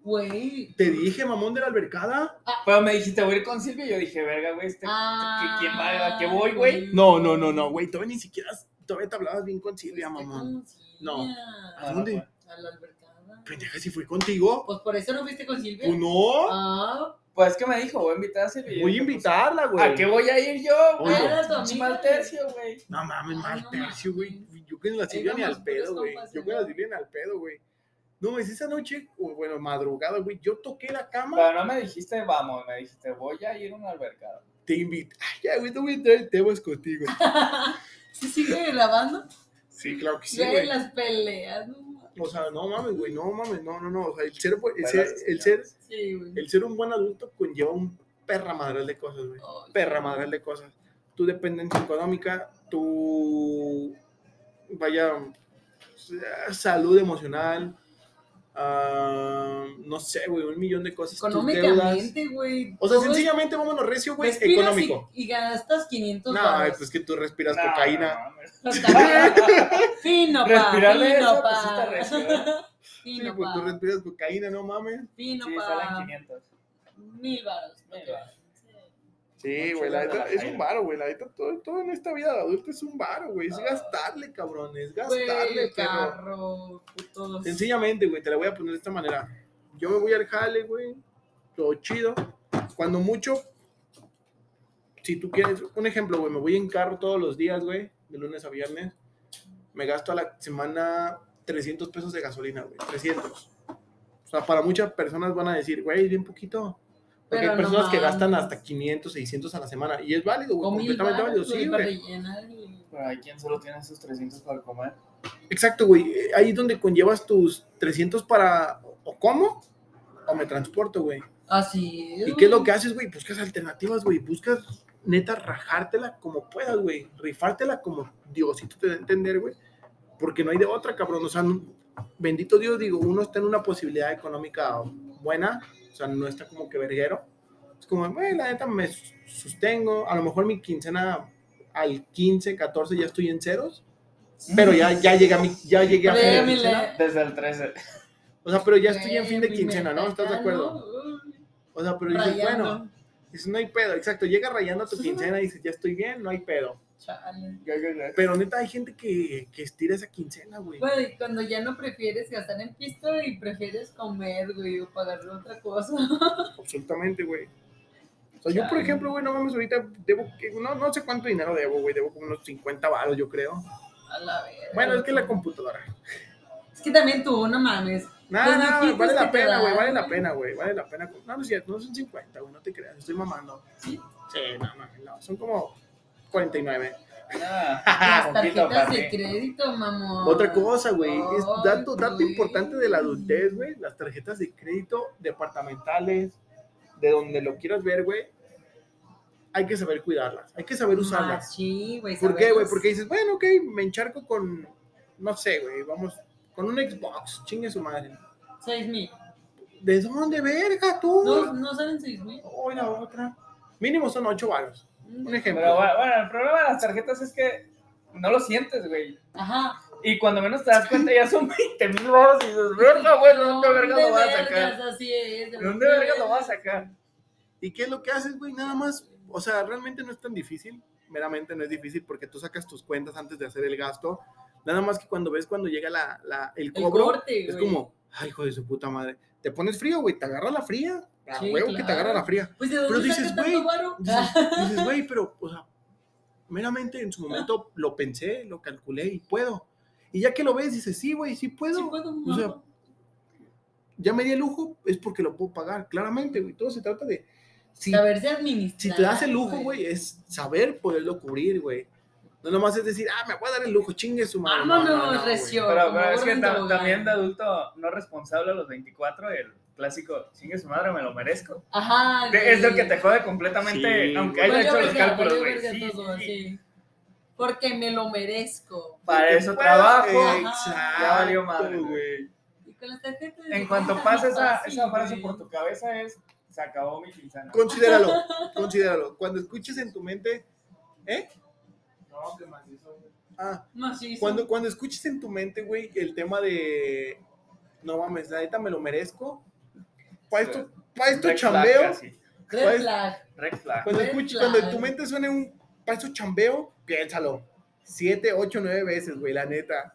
güey. te dije, mamón de la albercada. Pero me dijiste, voy a ir con Silvia. Y yo dije, verga, güey, este. Ah, ¿quién va? ¿A qué voy, güey? No, no, no, no, güey, todavía ni siquiera, todavía te hablabas bien con Silvia, Este, mamón. con Silvia. No. No, ¿A no dónde? fue. A la albercada. Pendeja, si fui contigo. Pues por eso no fuiste con Silvia. Pues no, Ah, Pues es que me dijo, voy a invitar a Silvia. Y yo voy a dije, pues, invitarla, güey. ¿A qué voy a ir yo, güey? Oye. Era tu amiga. Mal tercio, güey. No mames, Ay, mal no tercio, güey. mames. Yo con la Silvia ni nomás al puros pedo, güey. compas, Yo ¿no? con la Silvia ni al pedo, güey. No, es esa noche, o bueno, madrugada, güey. Yo toqué la cama, Pero no me dijiste, vamos, me dijiste, voy a ir a un albercado. te invité. Ay, ya, güey, no voy a entrar en temas contigo. ¿Sí sigue grabando? Sí, claro que sí, Ya en güey. las peleas, ¿no? O sea, no mames, güey, no mames, no, no, no. O sea, el ser, bu- el Buenas ser, el ser, señales. Sí, güey. el ser un buen adulto conlleva un perra madral de cosas, güey. Ay, Perra madral de cosas. Tu dependencia económica, tu. Vaya. eh, Salud emocional. ah, no sé, güey, un millón de cosas. tus deudas. Económicamente, güey. O sea, todo es- sencillamente, vámonos recio, güey, respiras y- económico. Y, gastas 500 No, baros. pues que tú respiras No, cocaína. no, no, Fino, pa. Respirarle fino, eso, pa. pues, está recio, ¿eh? Sí, <laughs> Fino, pues tú pa. respiras cocaína, no mames. Fino, Sí, salen pa. 500. Mil baros. Mil varos. Sí, Mucho güey, la de la neta es Jaina. un varo, güey. La neta, todo, todo en esta vida de adulto es un varo, güey. Es gastarle, cabrón. Es gastarle, Ah. Güey, pero. carro, putos. Sencillamente, güey, te la voy a poner de esta manera. Yo me voy al jale, güey. todo chido. Cuando mucho, si tú quieres, un ejemplo, güey, me voy en carro todos los días, güey, de lunes a viernes, me gasto a la semana 300 pesos de gasolina, güey, 300. O sea, para muchas personas van a decir, güey, bien poquito. Porque Pero hay no personas que gastan mames. hasta 500, 600 a la semana. Y es válido, O güey, mil completamente válido, baros, sí, güey, para güey. rellenar el- Pero hay quien solo tiene sus 300 para comer. Exacto, güey. eh, Ahí es donde conllevas tus 300 para o como o me transporto, güey. Así ¿Y qué es lo que haces, güey? Buscas alternativas, güey. Buscas neta rajártela como puedas, güey. Rifártela como Diosito te da a entender, güey. Porque no hay de otra, cabrón. O sea, no- bendito Dios, digo, uno está en una posibilidad económica buena. O sea, no está como que verguero. Es como, güey, la neta me sus- sostengo. A lo mejor mi quincena al 15, 14 ya estoy en ceros. Pero ya, ya llegué a mi, ya llegué a fin de Créemele. quincena. Desde el 13. O sea, pero ya estoy en fin de quincena, ¿no? ¿Estás de acuerdo? O sea, pero dices, Rayando. bueno, Dices, no hay pedo, exacto. Llega rayando a tu quincena y dices, ya estoy bien, no hay pedo. Chale. Ya, ya, ya. Pero neta, hay gente que, que estira esa quincena, güey. Güey, cuando ya no prefieres gastar en pisto y prefieres comer, güey, o pagar otra cosa. <laughs> Absolutamente, güey. O sea, yo, por Chale. ejemplo, güey, no mames, ahorita debo, que- no, no sé cuánto dinero debo, güey, debo como unos 50 baros, yo creo. A la verga. Bueno, es que la computadora. Es que también tú, no <laughs> mames. Nada, Los nada, viejitos vale que la te pena, güey, dan. vale la pena, güey, vale la pena. No, no es cierto, no son 50, güey, no te creas, estoy mamando. ¿Sí? Sí, no mames, no, son como 49. Ah, Las poquito tarjetas de aparte. crédito, mamón. Otra cosa, güey, es Ay, dato, dato güey. importante de la adultez, güey, las tarjetas de crédito departamentales, de donde lo quieras ver, güey, hay que saber cuidarlas, hay que saber usarlas. Ah, Sí, güey. ¿Por qué, güey? saberlos. Porque dices, bueno, ok, me encharco con, no sé, güey, vamos, con un Xbox, chingue su madre. Seis mil. ¿De dónde, verga, tú? No, no salen seis mil. Hoy la otra. Mínimo son ocho varos. Un ejemplo. <laughs> Pero bueno, bueno, el problema de las tarjetas es que no lo sientes, güey. Ajá. Y cuando menos te das cuenta ya son 20 mil dólares y dices, verga, güey, Pues, ¿de dónde verga lo vas a sacar? vergas, Así es. ¿De dónde verga lo vas a sacar? ¿Y qué es lo que haces, güey? Nada más, o sea, realmente no es tan difícil, meramente no es difícil porque tú sacas tus cuentas antes de hacer el gasto, nada más que cuando ves cuando llega la, la- el El cobro, corte, es güey. como, ay, hijo de su puta madre, te pones frío, güey, te agarra la fría, a Sí, huevo que te agarra claro. la fría. Pues de Pero dónde dices, sacas güey, tanto varo. Dices, <laughs> dices, güey, pero, o sea, meramente en su momento lo pensé, lo calculé y puedo. Y ya que lo ves, dices, sí, güey, sí puedo. Sí puedo, o sea, mamá. Ya me di el lujo, es porque lo puedo pagar, claramente, güey, todo se trata de... Si Saberse administrar. si te das el lujo, güey, es saber poderlo cubrir, güey. No nomás es decir, ah, me voy a dar el lujo, chingue su madre. No, no, Vámonos, no, güey. recio. Pero, como pero es gordo que en ta- tobogán. también de adulto no responsable a los 24, el clásico, chingue su madre, me lo merezco. Ajá. Pues De- Es el güey. que te jode completamente, Sí, aunque güey. haya Valió hecho los verga, cálculos, valió güey. verga Sí, todo, sí, sí. sí. Porque me lo merezco. Para Que eso pueda, trabajo. eh, Ajá. Ya valió madre, güey. Y con las tarjetas de En cuanto crédito, pasa esa, fácil, esa frase güey. por tu cabeza es, se acabó mi quincena. Considéralo, considéralo. Cuando escuches en tu mente, ¿eh? No, que más hizo. Ah, No, sí, sí. cuando, cuando escuches en tu mente, güey, el tema de, no mames, la neta me lo merezco. Para esto, pa esto Red flag chambeo. casi, Red ¿cuál? flag. Red flag. Cuando, Red escuches, flag. cuando en tu mente suene un, para esto chambeo, piénsalo. Siete, ocho, nueve veces, güey, la neta.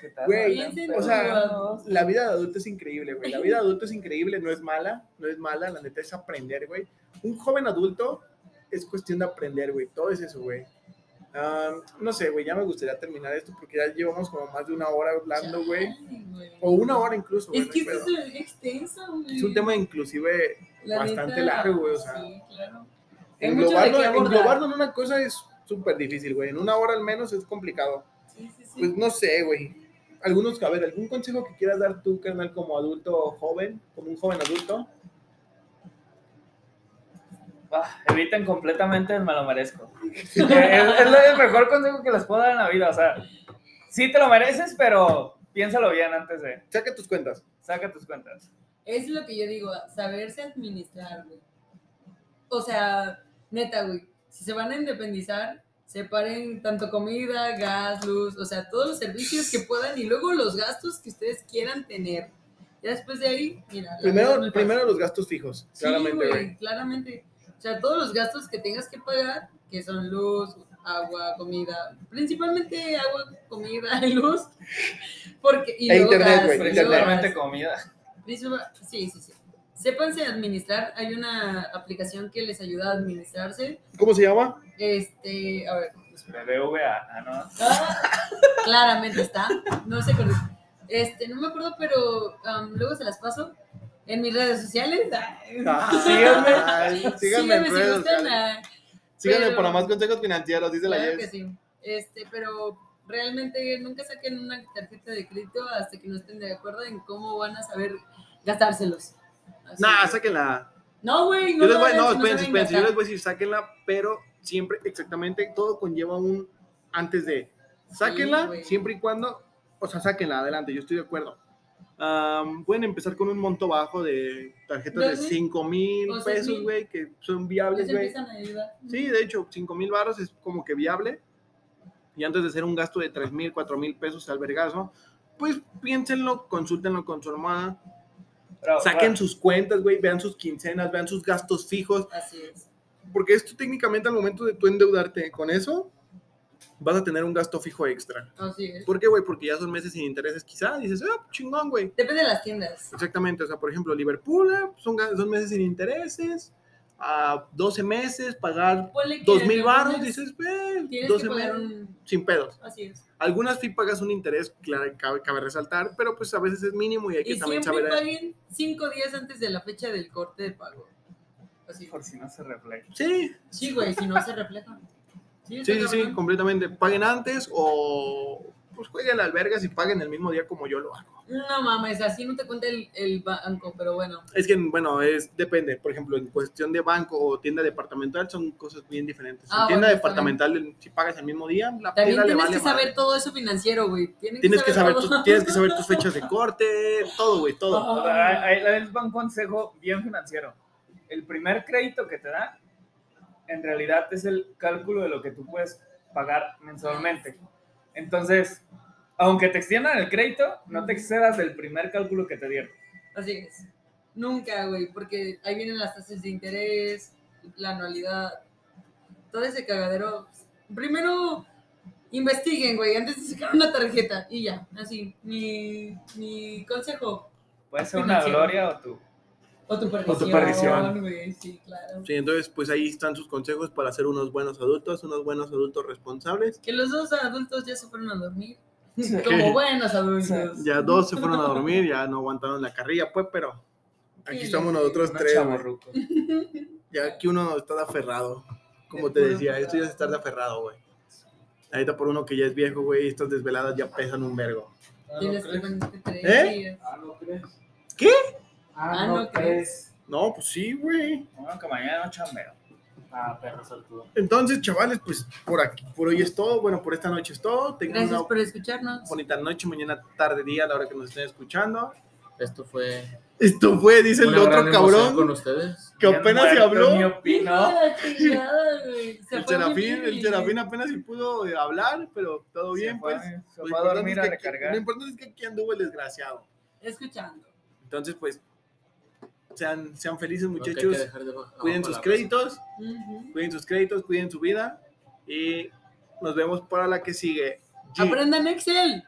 ¿Qué tal? Güey, Piensen o en sea, jugador. La vida de adulto es increíble, güey. La vida de adulto es increíble, no es mala, no es mala, la neta es aprender, güey. Un joven adulto es cuestión de aprender, güey. Todo es eso, güey. Ah, no sé, güey, ya me gustaría terminar esto porque ya llevamos como más de una hora hablando, güey. Chale, güey. O una hora incluso, güey. Es no que hay esto pedo. es extenso, güey. Es un tema inclusive La bastante neta, largo, güey, o sea. Sí, claro. Hay mucho de englobarlo, qué abordar. englobarlo en una cosa es súper difícil, güey. En una hora al menos es complicado. Sí, sí, sí. Pues no sé, güey. Algunos, a ver, ¿algún consejo que quieras dar tú, carnal, como adulto joven, como un joven adulto? Ah, eviten completamente el me lo merezco. <laughs> es, es lo- el mejor consejo que les puedo dar en la vida. O sea, sí te lo mereces, pero piénsalo bien antes de. Saca tus cuentas. Saca tus cuentas. Es lo que yo digo, saberse administrar, güey. O sea, neta, güey, si se van a independizar, separen tanto comida, gas, luz, o sea, todos los servicios que puedan y luego los gastos que ustedes quieran tener. Ya después de ahí, mira. la vida Primero, es primero los gastos fijos, Sí, claramente, güey. Claramente. O sea, todos los gastos que tengas que pagar, que son luz, agua, comida, principalmente agua, comida <laughs> y luz. Porque, y E luego internet, gas, güey, y luego internet. gas. Principalmente comida. Principal- Sí, sí, sí. sépanse administrar. Hay una aplicación que les ayuda a administrarse. ¿Cómo se llama? Este, a ver, BBVA, ah, no. claramente está. No sé con Este, no me acuerdo, pero um, luego se las paso en mis redes sociales. Ah, Ah, Síganme, Síganme. Síganme en si redes gustan. sociales. ah, Síganme pero- para más consejos financieros, dice la Claro que Jess. sí. Este, pero realmente nunca saquen una tarjeta de crédito hasta que no estén de acuerdo en cómo van a saber gastárselos. Así Nah, que- sáquenla. No, güey, no. Yo les voy, lo no, hagan si espérense, saben espérense. Yo les gastar. voy a decir, sáquenla, pero siempre exactamente todo conlleva un antes de. Sáquenla, güey. siempre y cuando, o sea, sáquenla, adelante, yo estoy de acuerdo. Am, pueden empezar con un monto bajo de tarjetas de ¿Dos mil? 5 mil O seis pesos, mil. güey, que son Les viables, güey. empiezan a ayudar. Sí, de hecho, 5 mil baros es como que viable. Y antes de hacer un gasto de 3 mil, 4 mil pesos al vergazo, pues piénsenlo, consúltenlo con su hermana, Pero, saquen sus cuentas, güey, vean sus quincenas, vean sus gastos fijos, Así es. porque esto técnicamente al momento de tú endeudarte con eso, vas a tener un gasto fijo extra. Así es. ¿Por qué, güey? Porque ya son meses sin intereses quizá, dices, ah, chingón, güey. Depende de las tiendas. Exactamente, o sea, por ejemplo, Liverpool, ah, son, ga- son meses sin intereses, a 12 meses, pagar Ponle que 2 mil algunas baros, dices, "Ve, Tienes 12 que pagar meses, un. sin pedos. Así es. Algunas sí pagas un interés, claro, cabe, cabe resaltar, pero pues a veces es mínimo y hay que Y también siempre saber... paguen cinco días antes de la fecha del corte de pago. Así. Por si no se refleja. Sí, Sí, güey, si no se refleja. está Sí, sí, sí, cabrón. completamente. Paguen antes o pues jueguen al vergas y paguen el mismo día como yo lo hago. No mames, así no te cuenta el, el banco, pero bueno. Es que, bueno, es depende. Por ejemplo, en cuestión de banco o tienda departamental son cosas bien diferentes. Ah, en tienda bueno, está departamental, si pagas el mismo día, la También tienda le tienes vale que saber madre. todo eso financiero, güey. Tienes que saber, todo. tus, tienes que saber tus <laughs> fechas de corte, todo, güey, todo. Ah. O sea, ahí- ahí les va un consejo bien financiero. El primer crédito que te dan, en realidad es el cálculo de lo que tú puedes pagar mensualmente. Entonces, aunque te extiendan el crédito, no te excedas del primer cálculo que te dieron. Así es. Nunca, güey, porque ahí vienen las tasas de interés, la anualidad, todo ese cagadero. Primero investiguen, güey, antes de sacar una tarjeta y ya, así. Mi, mi consejo Puede ser una Financiero. gloria o tú. o tu perdición. perdición. güey, sí, claro. Sí, entonces, pues ahí están sus consejos para ser unos buenos adultos, unos buenos adultos responsables. Que los dos adultos ya se fueron a dormir. <laughs> Como buenos adultos. Ya dos se fueron a dormir, ya no aguantaron la carrilla, pues, pero aquí Sí, estamos ya sé. nosotros No tres. güey. chavorruco. Ya aquí uno está de aferrado. Como De te puro decía, esto ya es estar aferrado. de aferrado, güey. Ahorita por uno que ya es viejo, güey, estas desveladas ya pesan un vergo. Ah, no Tienes que crees. ponerte tres ¿Eh? días. Ah, no crees. ¿Qué? Ah, Ah, no, no crees. No, pues sí, güey. Bueno, que mañana no chambeo. Ah, perro sortudo. Entonces, chavales, pues por aquí, por hoy es todo. Bueno, por esta noche es todo. Tengan Gracias una por escucharnos. bonita noche, mañana, tarde, día, a la hora que nos estén escuchando. Esto fue. Esto fue, dice el una gran otro emoción cabrón, Con ustedes. que Bien apenas se muerto, ni habló. opinó. Hijo de la chingada, güey. Se El fue muy Serafín, el bien. Serafín apenas si pudo eh, hablar, pero todo se bien, fue, pues. se Lo fue a importante es dormir a que aquí- Lo recargar. importante es que aquí anduvo el desgraciado. Escuchando. Entonces, pues, sean, sean felices, No, que hay muchachos. que dejar de abajo cuiden la sus raza. créditos, Ujú. cuiden sus créditos, cuiden su vida y nos vemos para la que sigue. G. Aprendan Excel.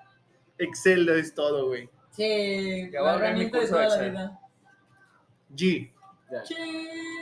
Excel es todo, güey. Sí, Ya la va a abrir mi herramienta de curso toda de la Excel. vida. G. Sí.